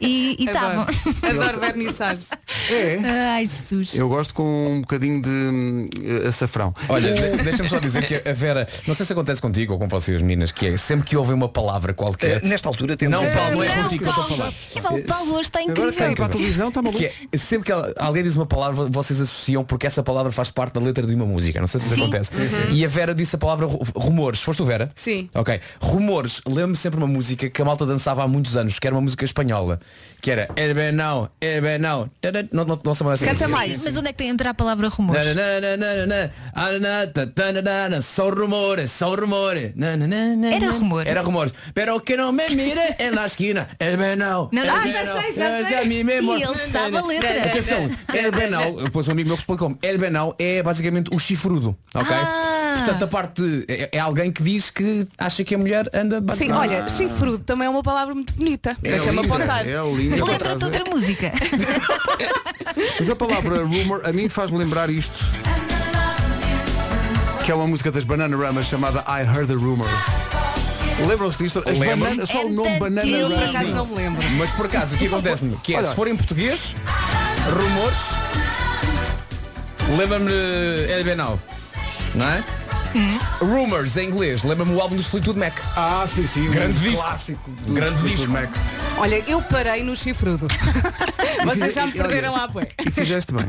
[SPEAKER 4] e e estavam.
[SPEAKER 1] Adoro, adoro vernissagem.
[SPEAKER 2] É.
[SPEAKER 4] Ai, Jesus.
[SPEAKER 2] Eu gosto com um bocadinho de hum, eh, açafrão.
[SPEAKER 5] Olha, de- deixa-me só dizer que a Vera, não sei se acontece contigo ou com vocês meninas, que é sempre que ouvem uma palavra qualquer.
[SPEAKER 3] Eh, nesta altura temos.
[SPEAKER 5] Não, Paulo, não é
[SPEAKER 4] Não, É,
[SPEAKER 5] contigo que eu estou a falar.
[SPEAKER 4] Paulo, Paulo hoje está
[SPEAKER 2] Agora
[SPEAKER 4] incrível.
[SPEAKER 2] quem para a televisão
[SPEAKER 1] tá
[SPEAKER 2] está maluco.
[SPEAKER 5] Que é, sempre que ela- alguém diz uma palavra, vocês associam porque essa palavra faz parte da letra de uma música. Não sei se isso
[SPEAKER 4] Sim.
[SPEAKER 5] acontece. E a Vera disse a palavra ru- rumores. Foste tu, Vera?
[SPEAKER 1] Uhum. Sim.
[SPEAKER 5] Ok. Rumores. Lembro-me sempre uma música que a malta dançava há muitos anos, que era uma música espanhola. Que era É bem não, é bem não. Não, não, não se manda assim.
[SPEAKER 1] Canta
[SPEAKER 5] Sim.
[SPEAKER 1] mais.
[SPEAKER 4] Mas onde é que tem a entrar a palavra rumores?
[SPEAKER 5] Na, na, na, na, na, na. Ah, na, ta, ta, na, na, na. Só rumores, só rumores. Na, na, na, na,
[SPEAKER 4] Era
[SPEAKER 5] na.
[SPEAKER 4] rumor.
[SPEAKER 5] Era rumores. Pero que não me mire en la esquina. É El Benal.
[SPEAKER 4] Não, não.
[SPEAKER 5] El
[SPEAKER 4] Ah, já
[SPEAKER 5] Benal.
[SPEAKER 4] sei, já
[SPEAKER 5] Mas
[SPEAKER 4] sei.
[SPEAKER 5] a mim É, mesmo. É,
[SPEAKER 4] E ele sabe a letra.
[SPEAKER 5] Atenção, El Benal, depois um amigo meu que explicou-me. El Benal é basicamente o chifrudo, ok?
[SPEAKER 4] Ah.
[SPEAKER 5] Portanto, a parte é, é alguém que diz que acha que a mulher anda
[SPEAKER 1] Sim,
[SPEAKER 5] basicamente.
[SPEAKER 1] olha, chifrudo também é uma palavra muito bonita. Deixa-me
[SPEAKER 2] linda,
[SPEAKER 1] apontar.
[SPEAKER 2] É linda. por acaso.
[SPEAKER 4] Lembra-te outra música?
[SPEAKER 2] Mas a palavra rumor a mim faz-me lembrar isto. Que é uma música das Banana Rama chamada I Heard a Rumor. Lembram-se disto? As
[SPEAKER 5] Lembro.
[SPEAKER 2] banana- só o nome
[SPEAKER 4] Entendi.
[SPEAKER 2] Banana
[SPEAKER 1] Eu por
[SPEAKER 2] Rama.
[SPEAKER 1] acaso não me lembro.
[SPEAKER 5] Mas por acaso, o que acontece-me? Que é,
[SPEAKER 2] Olha.
[SPEAKER 5] se for em português, rumores, lembra-me El Benal, não é? Rumors em inglês, lembra-me o álbum dos Fleetwood Mac.
[SPEAKER 2] Ah, sim, sim. um
[SPEAKER 5] Grande disco.
[SPEAKER 2] clássico. do
[SPEAKER 5] Grande
[SPEAKER 2] Fleetwood
[SPEAKER 5] disco.
[SPEAKER 2] Mac.
[SPEAKER 1] Olha, eu parei no chifrudo. Vocês já me
[SPEAKER 2] E olha,
[SPEAKER 1] perderam lá, pois.
[SPEAKER 2] E fizeste bem.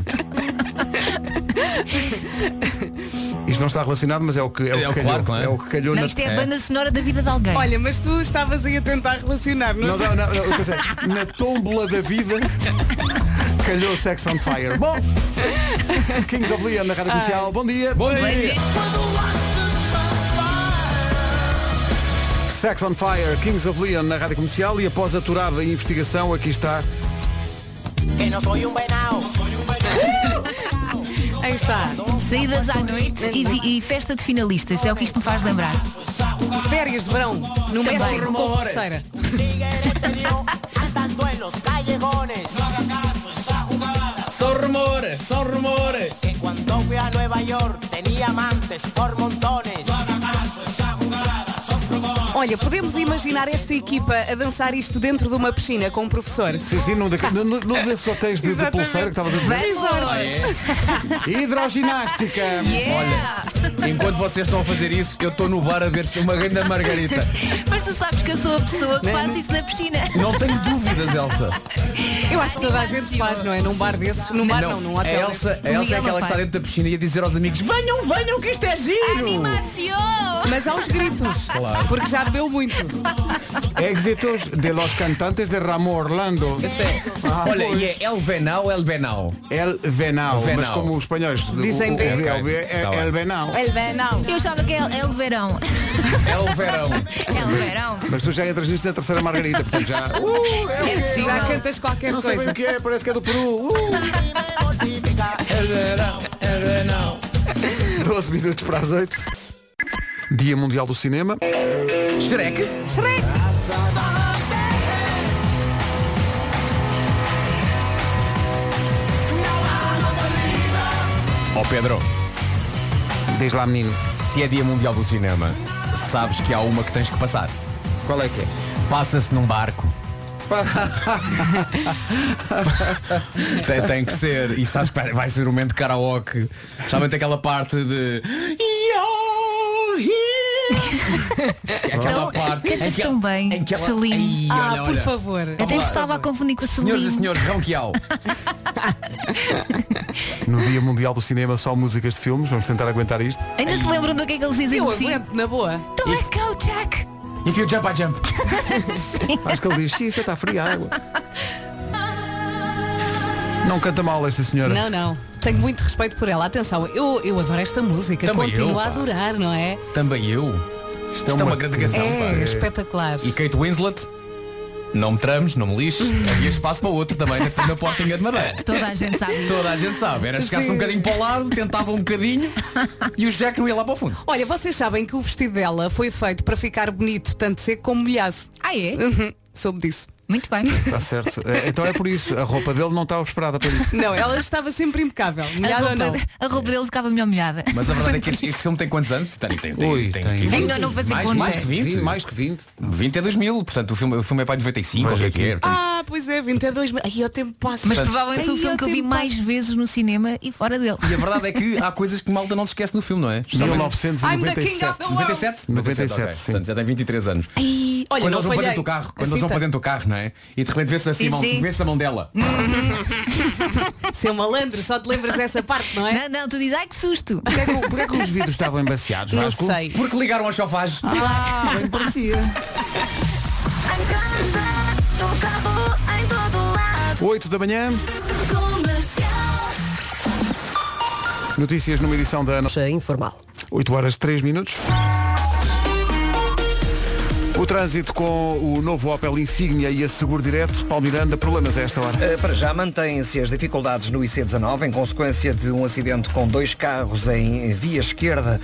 [SPEAKER 2] Isto não está relacionado, mas é o que, é o
[SPEAKER 5] É o
[SPEAKER 2] que
[SPEAKER 5] claro,
[SPEAKER 2] calhou.
[SPEAKER 5] claro.
[SPEAKER 2] É o que calhou
[SPEAKER 4] Não,
[SPEAKER 2] na
[SPEAKER 4] isto é a banda sonora da vida de alguém.
[SPEAKER 1] Olha, mas tu estavas aí a tentar relacionar, não,
[SPEAKER 2] Não, não, não, eu pensei, na tómbola da vida calhou Sex on Fire. Bom, Kings of Leon na Rádio Comercial, bom dia.
[SPEAKER 5] Bom dia!
[SPEAKER 2] Sex on Fire, Kings of Leon na Rádio Comercial e após aturada investigação, aqui está.
[SPEAKER 1] Aí está.
[SPEAKER 4] Saídas à noite e, vi- e festa de finalistas. É o que isto me faz lembrar.
[SPEAKER 1] Férias de verão no México com
[SPEAKER 5] rumores.
[SPEAKER 1] pulseira.
[SPEAKER 5] São rumores, são rumores!
[SPEAKER 7] Cuando fui a Nueva York tenía amantes por montones. No haga caso, esa jugada son rumores.
[SPEAKER 1] Olha, podemos imaginar esta equipa a dançar isto dentro de uma piscina com um professor.
[SPEAKER 2] Sim, sim, num, daque- num- num desses hotéis de, de pulseira que estavas a dizer.
[SPEAKER 4] Vamos!
[SPEAKER 2] Hidroginástica!
[SPEAKER 5] É.
[SPEAKER 4] Yeah!
[SPEAKER 5] Enquanto vocês estão a fazer isso, eu estou no bar a ver se uma grande margarita.
[SPEAKER 4] Mas tu sabes que eu sou a pessoa que faz isso na piscina.
[SPEAKER 5] Não tenho dúvidas, Elsa.
[SPEAKER 1] Eu acho que toda a gente faz, não é? Num bar desses. Num bar não, num
[SPEAKER 5] a
[SPEAKER 1] hotel.
[SPEAKER 5] Elsa, a
[SPEAKER 4] O
[SPEAKER 5] Elsa é
[SPEAKER 4] Miguel
[SPEAKER 5] aquela
[SPEAKER 4] não
[SPEAKER 5] que está
[SPEAKER 4] faz.
[SPEAKER 5] dentro da piscina e a dizer aos amigos, venham, venham, que isto é giro.
[SPEAKER 4] Animação!
[SPEAKER 1] Mas aos gritos. Porque já bebeu muito.
[SPEAKER 2] Éxitos de los cantantes de Ramon Orlando. Ah,
[SPEAKER 5] Olha,
[SPEAKER 2] pois.
[SPEAKER 5] e é El Venal, El Venal.
[SPEAKER 2] El Venao.
[SPEAKER 5] Venao.
[SPEAKER 2] Mas como os espanhóis
[SPEAKER 1] Dizem
[SPEAKER 2] o- o-
[SPEAKER 1] bem.
[SPEAKER 2] é-
[SPEAKER 5] Ok,
[SPEAKER 2] é-
[SPEAKER 5] tá bem.
[SPEAKER 2] El Venao.
[SPEAKER 1] Não.
[SPEAKER 4] Eu achava que é é o verão.
[SPEAKER 5] El Verão.
[SPEAKER 4] É o verão.
[SPEAKER 2] Mas tu já entras nisto na terceira margarida, portanto já. Uh, é o quê?
[SPEAKER 1] Já cantas qualquer
[SPEAKER 2] Não sei bem
[SPEAKER 1] coisa.
[SPEAKER 2] o que é, parece que é do Peru. Uh.
[SPEAKER 5] El Verão, El Verão.
[SPEAKER 2] 12 minutos para as 8. Dia Mundial do Cinema.
[SPEAKER 5] Shrek. Ó Pedro,
[SPEAKER 2] Diz lá, menino.
[SPEAKER 5] se é dia mundial do cinema, sabes que há uma que tens que passar.
[SPEAKER 2] Qual é que é?
[SPEAKER 5] Passa-se num barco. tem, tem que ser. E sabes que vai- vai ser um momento de karaoke. Principalmente aquela parte de. É aquela
[SPEAKER 4] Então,
[SPEAKER 5] parte.
[SPEAKER 4] cantas
[SPEAKER 5] em que-
[SPEAKER 4] tão bem,
[SPEAKER 5] em que ela-
[SPEAKER 4] Celine.
[SPEAKER 5] Ei,
[SPEAKER 1] Ah,
[SPEAKER 5] olha,
[SPEAKER 1] por
[SPEAKER 5] olha.
[SPEAKER 1] favor.
[SPEAKER 4] Até estava a confundir com o
[SPEAKER 5] Senhoras e
[SPEAKER 4] sobrinho.
[SPEAKER 5] senhores, Ronquial.
[SPEAKER 2] No Dia Mundial do Cinema, só músicas de filmes. Vamos tentar aguentar isto.
[SPEAKER 4] Ainda se lembram do que é que eles dizem
[SPEAKER 1] Eu
[SPEAKER 4] no fim?
[SPEAKER 1] aguento, na boa.
[SPEAKER 4] Então let's go, Jack!
[SPEAKER 5] If you jump, I jump.
[SPEAKER 2] Acho que ele diz, sim, isso está fria a água. Não canta mal esta senhora.
[SPEAKER 1] Não, não. Tenho muito respeito por ela. Atenção, eu, eu adoro esta música.
[SPEAKER 5] Também
[SPEAKER 1] Continuo
[SPEAKER 5] eu,
[SPEAKER 1] a
[SPEAKER 5] pá.
[SPEAKER 1] adorar, não é?
[SPEAKER 5] Também eu. Isto é uma, grande canção.
[SPEAKER 1] É,
[SPEAKER 5] pá.
[SPEAKER 1] espetacular.
[SPEAKER 5] E Kate Winslet. Não me trames, não me lixe. Havia espaço para outro também na, na portinha de madeira.
[SPEAKER 4] Toda a gente sabe.
[SPEAKER 5] Toda a gente sabe. Era chegar-se um
[SPEAKER 1] Sim.
[SPEAKER 5] bocadinho para o lado, tentava um bocadinho e o Jack não ia lá para o fundo.
[SPEAKER 1] Olha, vocês sabem que o vestido dela foi feito para ficar bonito, tanto seco como molhado.
[SPEAKER 4] Ah, é?
[SPEAKER 1] Uhum, soube disso.
[SPEAKER 4] Muito bem.
[SPEAKER 2] Está certo. Eh, Então é por isso. A roupa dele não estava esperada para isso.
[SPEAKER 1] Não, ela estava sempre impecável.
[SPEAKER 4] A
[SPEAKER 1] Molhado ou
[SPEAKER 4] roupa,
[SPEAKER 1] não?
[SPEAKER 4] a roupa dele ficava melhor molhada.
[SPEAKER 5] Mas a verdade é que este este filme tem quantos anos? Tem, tem, tem,
[SPEAKER 2] Ui, tem
[SPEAKER 5] que-
[SPEAKER 2] 20.
[SPEAKER 4] Ainda não fazia
[SPEAKER 5] mais,
[SPEAKER 4] conta.
[SPEAKER 5] mais que 20.
[SPEAKER 2] mais que 20.
[SPEAKER 5] 20 é 2000, portanto o filme, o filme é para 95,
[SPEAKER 2] Veja
[SPEAKER 5] qualquer
[SPEAKER 2] aqui.
[SPEAKER 5] que é. portanto,
[SPEAKER 1] Ah, pois é, 22 mil. Aí o tempo passa.
[SPEAKER 4] Mas provavelmente foi o
[SPEAKER 1] Ai,
[SPEAKER 4] filme que eu vi
[SPEAKER 1] tempo
[SPEAKER 4] mais vezes no cinema e fora dele.
[SPEAKER 5] E a verdade é que há coisas que malta não se esquece no filme, não é?
[SPEAKER 1] I'm the king of
[SPEAKER 2] 1997.
[SPEAKER 1] the world.
[SPEAKER 5] 97?
[SPEAKER 2] 97,
[SPEAKER 5] ok.
[SPEAKER 2] sim.
[SPEAKER 5] Portanto, já tem 23 anos.
[SPEAKER 1] Ai, olha,
[SPEAKER 5] quando
[SPEAKER 1] não
[SPEAKER 5] eles vão para
[SPEAKER 1] falhei.
[SPEAKER 5] dentro do carro, quando
[SPEAKER 1] Assim
[SPEAKER 5] eles vão
[SPEAKER 1] tá.
[SPEAKER 5] para dentro do carro, não é? E de repente vê-se assim,
[SPEAKER 4] Sim,
[SPEAKER 5] mão-
[SPEAKER 4] sim.
[SPEAKER 5] vê-se a mão dela.
[SPEAKER 1] Seu um malandro, só te lembras dessa parte, não é?
[SPEAKER 4] Não, não, tu dizes, ai que susto!
[SPEAKER 2] Porquê é que, porquê é que os vidros estavam embaciados,
[SPEAKER 1] Não
[SPEAKER 2] Vasco?
[SPEAKER 1] sei.
[SPEAKER 5] Porque ligaram ao chofage.
[SPEAKER 2] Ah, bem parecia. 8 da manhã, notícias numa edição da Ana.
[SPEAKER 1] informal.
[SPEAKER 2] 8 horas 3 minutos. O trânsito com o novo Opel Insignia e a Seguro Direto. Paulo Miranda, problemas a esta hora.
[SPEAKER 3] Uh, Para já mantêm-se as dificuldades no IC19 em consequência de um acidente com dois carros em via esquerda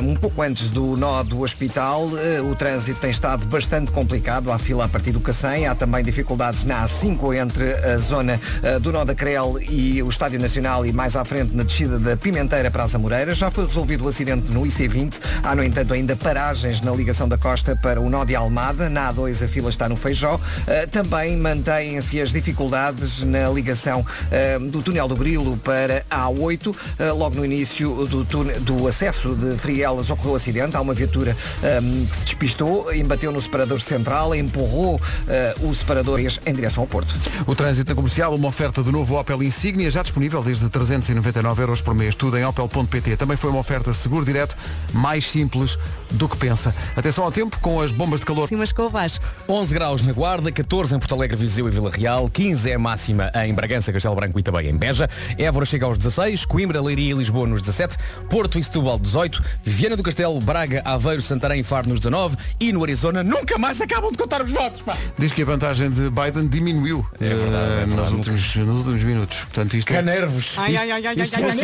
[SPEAKER 3] uh, um pouco antes do nó do hospital. Uh, O trânsito tem estado bastante complicado. Há fila a partir do Cacém. Há também dificuldades na A5 entre a zona uh, do nó da Crel e o Estádio Nacional e mais à frente na descida da Pimenteira para as Amoreiras. Já foi resolvido o acidente no IC20. Há, no entanto, ainda paragens na ligação da costa para o nó de Almada. Na A2 a fila está no Feijó. Uh, Também mantêm-se as dificuldades na ligação eh, do túnel do Grilo para a A8. Eh, Logo no início do, túne- do acesso de Frielas ocorreu acidente. Há uma viatura eh, que se despistou, embateu no separador central, empurrou eh, o separador em direção ao Porto.
[SPEAKER 2] O trânsito na comercial, uma oferta do novo Opel Insignia, já disponível desde 399 euros por mês, tudo em opel.pt. Também foi uma oferta Seguro Direto, mais simples do que pensa. Atenção ao tempo com as bombas de calor.
[SPEAKER 1] Sim, mas com o Vasco.
[SPEAKER 5] 11 graus na Guarda, 14 em Porto Alegre, Viseu e Vila Real, 15 é a máxima em Bragança, Castelo Branco e também em Beja, Évora chega aos 16, Coimbra, Leiria e Lisboa nos 17, Porto e Setúbal 18, Viana do Castelo, Braga, Aveiro, Santarém e Faro nos 19 e no Arizona nunca mais acabam de contar os votos. Pá.
[SPEAKER 2] Diz que a vantagem de Biden diminuiu
[SPEAKER 5] É verdade, é
[SPEAKER 2] eh, nos,
[SPEAKER 5] verdade.
[SPEAKER 2] últimos, nos últimos minutos. Portanto, isto é-
[SPEAKER 5] nervos!
[SPEAKER 1] Ai, ai, ai, ai, ai,
[SPEAKER 2] Isto fosse-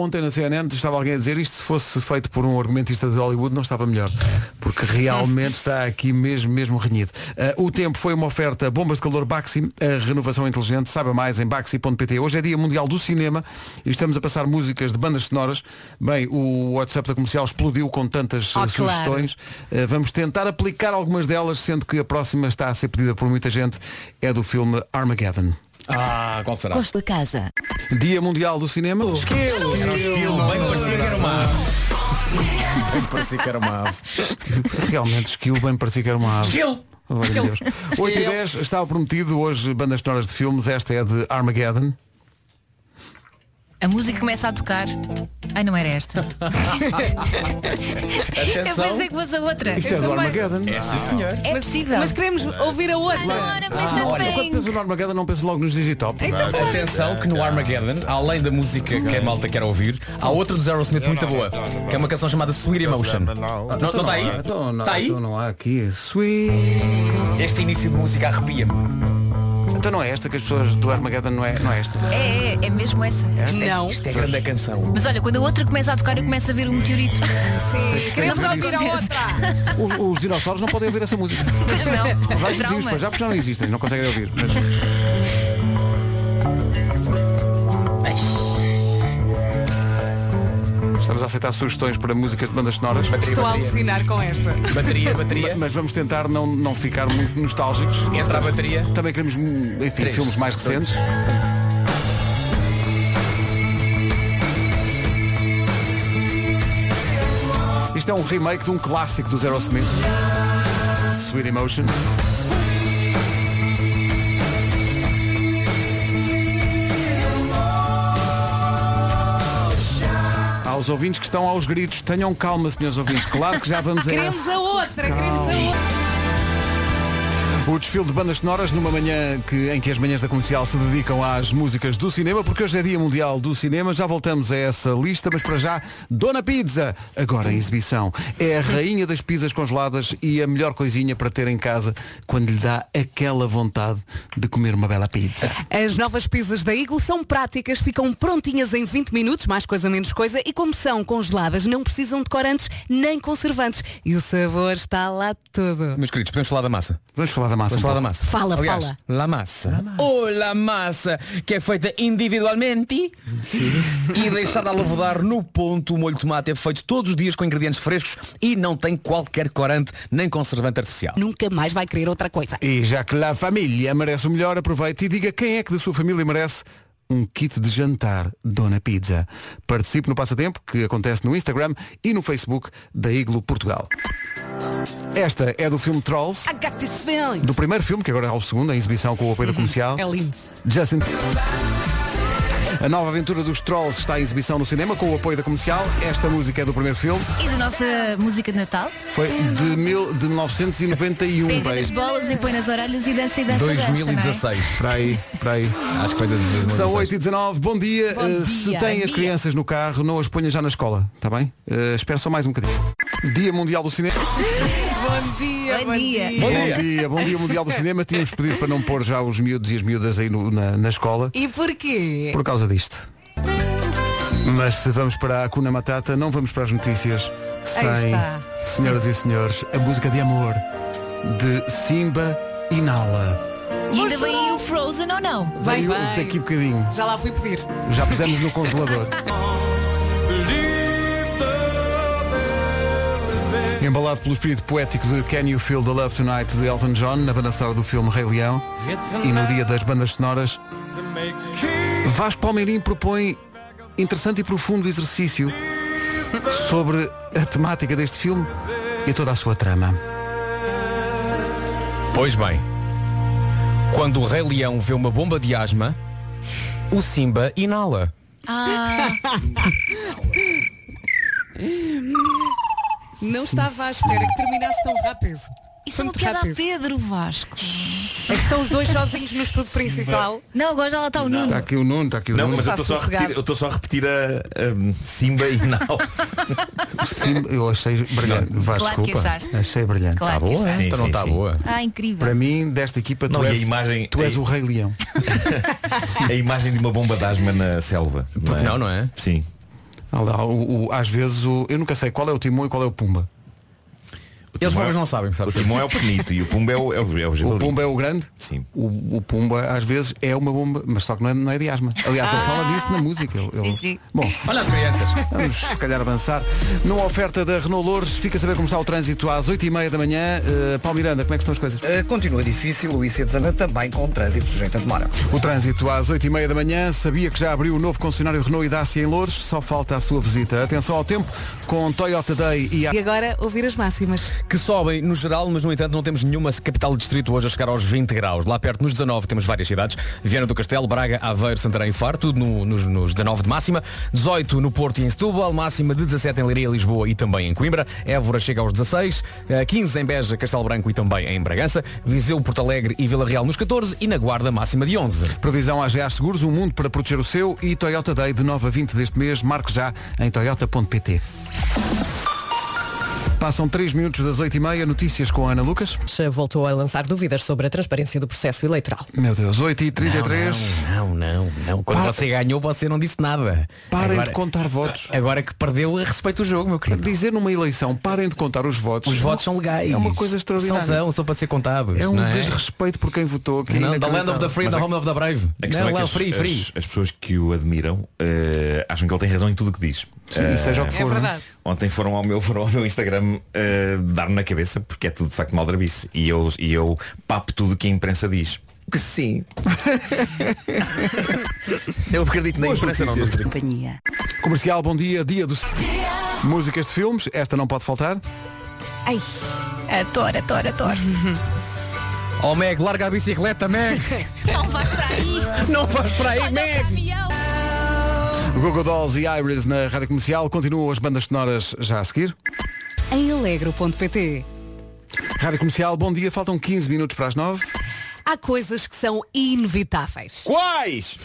[SPEAKER 2] Ontem na CNN estava alguém a dizer isto se fosse feito por um argumentista de Hollywood não estava melhor. Porque realmente está está aqui mesmo, mesmo renhido. Eh, o tempo foi uma oferta bombas de calor Baxi, a renovação inteligente, saiba mais em baxi.pt. Hoje é dia mundial do cinema e estamos a passar músicas de bandas sonoras. Bem, o WhatsApp da comercial explodiu com tantas
[SPEAKER 1] Oh,
[SPEAKER 2] eh,
[SPEAKER 1] claro.
[SPEAKER 2] sugestões. Eh, vamos tentar aplicar algumas delas, sendo que a próxima está a ser pedida por muita gente. É do filme Armageddon.
[SPEAKER 5] Ah, qual será?
[SPEAKER 6] Gosto da casa.
[SPEAKER 2] Dia Mundial do Cinema.
[SPEAKER 5] Bem parecia que era uma ave. Bem parecia que era uma ave.
[SPEAKER 2] Realmente, esquilo bem parecia que era uma ave.
[SPEAKER 5] Skill!
[SPEAKER 2] Valha Deus. 8 e 10 estava prometido hoje bandas sonoras de filmes. Esta é de Armageddon.
[SPEAKER 4] A música começa a tocar. Ai, não era esta. Eu
[SPEAKER 5] Atenção.
[SPEAKER 4] pensei que fosse a outra.
[SPEAKER 2] Isto é do Armageddon.
[SPEAKER 5] Sim, senhor.
[SPEAKER 4] É possível.
[SPEAKER 1] Mas queremos ouvir a outra.
[SPEAKER 4] Agora pensa
[SPEAKER 5] Ah, olha,
[SPEAKER 2] Quando
[SPEAKER 4] é bem.
[SPEAKER 2] penso no Armageddon não penso logo nos Dizzy Top.
[SPEAKER 5] Atenção que no Armageddon, além da música que a malta quer ouvir, há outra dos Aerosmith muito boa, que é uma canção chamada Sweet Emotion. Não não está aí?
[SPEAKER 2] Então não,
[SPEAKER 5] Está tá aí?
[SPEAKER 2] então não há aqui. Sweet.
[SPEAKER 5] Este início de música arrepia-me.
[SPEAKER 2] Então não é esta que as pessoas do Armageddon não é, não é esta.
[SPEAKER 4] É, é, é mesmo essa.
[SPEAKER 1] Não.
[SPEAKER 5] Isto é grande a canção.
[SPEAKER 4] Mas olha, quando a outra começa a tocar, eu começo a ver um meteorito.
[SPEAKER 1] Sim, queremos
[SPEAKER 4] Não
[SPEAKER 1] ouvir a
[SPEAKER 4] acontece.
[SPEAKER 1] outra.
[SPEAKER 2] Os, os dinossauros não podem ouvir essa música.
[SPEAKER 4] Pois
[SPEAKER 2] Por
[SPEAKER 4] não.
[SPEAKER 2] vários motivos,
[SPEAKER 4] É Trauma.
[SPEAKER 2] pois já porque já não existem, não conseguem ouvir. Mas... Estamos a aceitar sugestões para músicas de bandas sonoras.
[SPEAKER 1] Estou a alucinar com esta.
[SPEAKER 5] Bateria, bateria.
[SPEAKER 2] Mas vamos tentar não, não ficar muito nostálgicos.
[SPEAKER 5] Entra a bateria.
[SPEAKER 2] Também queremos, hum, enfim,
[SPEAKER 5] Três,
[SPEAKER 2] filmes mais
[SPEAKER 5] dois.
[SPEAKER 2] recentes. Isto é um remake de um clássico dos Aerosmith. Sweet Emotion. Aos ouvintes que estão aos gritos, tenham calma, senhores ouvintes. Claro que já vamos a essa.
[SPEAKER 1] Queremos a outra, queremos a outra.
[SPEAKER 2] O desfile de bandas sonoras numa manhã que- em que as manhãs da comercial se dedicam às músicas do cinema, porque hoje é Dia Mundial do Cinema. Já voltamos a essa lista, mas para já, Dona Pizza, agora em exibição. É a rainha das pizzas congeladas e a melhor coisinha para ter em casa quando lhe dá aquela vontade de comer uma bela pizza.
[SPEAKER 1] As novas pizzas da Eagle são práticas, ficam prontinhas em 20 minutos, mais coisa menos coisa, e como são congeladas, não precisam de corantes nem conservantes. E o sabor está lá todo.
[SPEAKER 5] Meus queridos, podemos falar da massa?
[SPEAKER 2] Vamos falar da massa.
[SPEAKER 5] Vamos falar
[SPEAKER 2] um
[SPEAKER 5] da
[SPEAKER 2] pouco.
[SPEAKER 5] massa.
[SPEAKER 1] Fala,
[SPEAKER 5] Aliás,
[SPEAKER 1] fala.
[SPEAKER 5] La massa. Ou la massa, que é feita individualmente e deixada a levedar no ponto. O molho de tomate é feito todos os dias com ingredientes frescos e não tem qualquer corante nem conservante artificial.
[SPEAKER 1] Nunca mais vai querer outra coisa.
[SPEAKER 2] E já que a família merece o melhor, aproveite e diga quem é que da sua família merece um kit de jantar Dona Pizza. Participe no passatempo que acontece no Instagram e no Facebook da Iglo Portugal. Esta é do filme Trolls,
[SPEAKER 1] I got this feeling.
[SPEAKER 2] do primeiro filme, que agora é o segundo, em exibição com o apoio da comercial.
[SPEAKER 1] É lindo.
[SPEAKER 2] Justin. A nova aventura dos Trolls está em exibição no cinema com o apoio da comercial. Esta música é do primeiro filme,
[SPEAKER 4] E da nossa música de Natal?
[SPEAKER 2] foi de, mil, de 1991.
[SPEAKER 4] Pega
[SPEAKER 2] baby.
[SPEAKER 4] nas bolas e põe nas orelhas e dança e dança. dança, não é?
[SPEAKER 2] Para aí, para aí.
[SPEAKER 5] Acho que foi de 2016.
[SPEAKER 2] São 8 e 19 bom dia.
[SPEAKER 1] Bom
[SPEAKER 2] Eh,
[SPEAKER 1] dia.
[SPEAKER 2] Se
[SPEAKER 1] Bom
[SPEAKER 2] têm as
[SPEAKER 1] dia.
[SPEAKER 2] crianças no carro, não as ponha já na escola, está bem? Eh, espera só mais um bocadinho. Dia Mundial do Cinema.
[SPEAKER 1] Bom dia,
[SPEAKER 4] Bom dia.
[SPEAKER 5] Bom
[SPEAKER 2] Bom
[SPEAKER 5] dia.
[SPEAKER 2] dia, bom dia Mundial do Cinema. Tínhamos pedido para não pôr já os miúdos e as miúdas aí no- na, na escola
[SPEAKER 1] E porquê?
[SPEAKER 2] por causa disto. Mas se vamos para a Cuna Matata, não vamos para as notícias sem,
[SPEAKER 1] está.
[SPEAKER 2] senhoras e senhores, a música de amor de Simba e Nala.
[SPEAKER 4] E ainda vem aí o Frozen ou não?
[SPEAKER 1] Vai,
[SPEAKER 2] Daí-
[SPEAKER 1] vai.
[SPEAKER 2] Daqui a bocadinho.
[SPEAKER 1] Já lá fui pedir.
[SPEAKER 2] Já pusemos no congelador. Embalado pelo espírito poético de Can You Feel the Love Tonight de Elton John, na banda sonora do filme Rei Leão, e no dia das bandas sonoras, Vasco Palmeirim propõe interessante e profundo exercício sobre a temática deste filme e toda a sua trama.
[SPEAKER 5] Pois bem, quando o Rei Leão vê uma bomba de asma, o Simba inala.
[SPEAKER 4] Ah,
[SPEAKER 1] Não estava à espera que terminasse tão rápido.
[SPEAKER 4] isso
[SPEAKER 1] Foi
[SPEAKER 4] é uma
[SPEAKER 1] muito
[SPEAKER 4] piada a
[SPEAKER 1] rápido.
[SPEAKER 4] Pedro Vasco.
[SPEAKER 1] É que estão os dois sozinhos no estudo principal.
[SPEAKER 4] Não, agora já lá está o Nuno.
[SPEAKER 2] Está Tá aqui o Nuno, está aqui o
[SPEAKER 7] Não,
[SPEAKER 2] Nuno.
[SPEAKER 7] mas eu
[SPEAKER 1] está
[SPEAKER 7] estou só a
[SPEAKER 1] sossegado.
[SPEAKER 7] repetir, eu estou só a repetir a, um, Simba e Nau.
[SPEAKER 2] Sim, eu achei brilhante. Vasco,
[SPEAKER 4] Claro que
[SPEAKER 2] desculpa.
[SPEAKER 4] achaste.
[SPEAKER 2] Achei brilhante. Tá
[SPEAKER 4] Claro que
[SPEAKER 5] Boa,
[SPEAKER 4] está.
[SPEAKER 5] esta não
[SPEAKER 7] sim,
[SPEAKER 5] está
[SPEAKER 7] sim.
[SPEAKER 5] boa.
[SPEAKER 4] Ah, incrível.
[SPEAKER 2] Para mim, desta equipa, tu,
[SPEAKER 7] Não, e
[SPEAKER 2] és,
[SPEAKER 7] a imagem-
[SPEAKER 2] tu és o Rei Leão.
[SPEAKER 7] É a imagem de uma bomba de asma na selva.
[SPEAKER 5] Porque não, não é?
[SPEAKER 7] Sim.
[SPEAKER 2] Há lá o- o- às vezes o- eu nunca sei qual é o Timão e qual é o Pumba.
[SPEAKER 7] O
[SPEAKER 5] Eles
[SPEAKER 7] Timão
[SPEAKER 5] próprios
[SPEAKER 7] é-
[SPEAKER 5] não sabem,
[SPEAKER 7] O
[SPEAKER 5] sabes?
[SPEAKER 7] timão é o pequenito e o pumba é o, é o, é o
[SPEAKER 2] O
[SPEAKER 7] javali.
[SPEAKER 2] Pumba é o grande?
[SPEAKER 7] Sim.
[SPEAKER 2] O, o Pumba às vezes é uma bomba, mas só que não é, não é de asma. Aliás, ele fala disso na música. Ele, ele-
[SPEAKER 4] Ah, Sim, sim.
[SPEAKER 2] Bom,
[SPEAKER 5] Olha as crianças.
[SPEAKER 2] vamos se calhar avançar. Numa oferta da Renault Lourdes, fica a saber como está o trânsito às 8h30 da manhã. Uh, Paulo Miranda, como é que estão as coisas?
[SPEAKER 3] Eh, Continua difícil o IC19 também com trânsito sujeito a demora.
[SPEAKER 2] O trânsito às 8h30 da manhã, sabia que já abriu o novo concessionário Renault e Dacia em Lourdes, só falta a sua visita. Atenção ao tempo, com Toyota Day e a...
[SPEAKER 1] E agora ouvir as máximas.
[SPEAKER 5] que sobem no geral, mas no entanto não temos nenhuma capital de distrito hoje a chegar aos 20 graus. Lá perto nos 19 temos várias cidades, Viana do Castelo, Braga, Aveiro, Santarém e Faro, tudo no- nos, nos 19 de máxima, 18 no Porto e em Setúbal, máxima de 17 em Leiria, Lisboa e também em Coimbra, Évora chega aos 16, eh, 15 em Beja, Castelo Branco e também em Bragança, Viseu, Porto Alegre e Vila Real nos 14 e na Guarda máxima de 11.
[SPEAKER 2] Previsão AGA Seguros, um mundo para proteger o seu e Toyota Day de 9 a 20 deste mês. Marque já em toyota.pt. Passam 3 minutos das 8h30, notícias com a Ana Lucas.
[SPEAKER 6] voltou a lançar dúvidas sobre a transparência do processo eleitoral.
[SPEAKER 2] Meu Deus, 8h33.
[SPEAKER 5] Não, não, não. Quando você ganhou, você não disse nada.
[SPEAKER 2] Parem de contar votos.
[SPEAKER 5] Agora É que perdeu, respeito o jogo, meu querido.
[SPEAKER 2] Dizer numa eleição, parem de contar os votos.
[SPEAKER 5] Os votos são legais.
[SPEAKER 2] É uma coisa extraordinária.
[SPEAKER 5] São, são, são para ser contados.
[SPEAKER 2] É um
[SPEAKER 5] não
[SPEAKER 2] desrespeito por quem votou. Que é
[SPEAKER 5] Não, the land
[SPEAKER 2] inacreditável.
[SPEAKER 5] of the free,
[SPEAKER 7] Mas
[SPEAKER 5] the
[SPEAKER 7] a-
[SPEAKER 5] home of the brave.
[SPEAKER 7] A questão
[SPEAKER 5] Não,
[SPEAKER 7] é que
[SPEAKER 5] lá,
[SPEAKER 7] as,
[SPEAKER 5] free, free.
[SPEAKER 7] as- as pessoas que o admiram eh, acham que ele tem razão em tudo o que diz.
[SPEAKER 2] Sim,
[SPEAKER 7] Eh,
[SPEAKER 2] seja o que
[SPEAKER 1] É
[SPEAKER 2] for. não é?
[SPEAKER 1] verdade.
[SPEAKER 7] Ontem foram ao meu, foram ao meu Instagram eh, dar-me na cabeça porque é tudo de facto maldrabice e eu, e eu papo tudo o que a imprensa diz. Que sim. eu acredito na imprensa não. nos-
[SPEAKER 1] Companhia.
[SPEAKER 2] Comercial, bom dia, dia dos... Músicas de filmes, esta não pode faltar.
[SPEAKER 4] Ai, adoro, adoro, adoro.
[SPEAKER 1] Uhum.
[SPEAKER 5] Oh Meg, larga a bicicleta, Meg.
[SPEAKER 4] Não vais para aí. um
[SPEAKER 5] Não vais para aí,
[SPEAKER 4] Olha o
[SPEAKER 5] Meg.
[SPEAKER 4] caminhão.
[SPEAKER 2] Google Dolls e Iris na Rádio Comercial. Continuam as bandas sonoras já a seguir.
[SPEAKER 1] Em alegro.pt
[SPEAKER 2] Rádio Comercial, bom dia, faltam 15 minutos para as 9.
[SPEAKER 1] Há coisas que são inevitáveis.
[SPEAKER 7] Quais?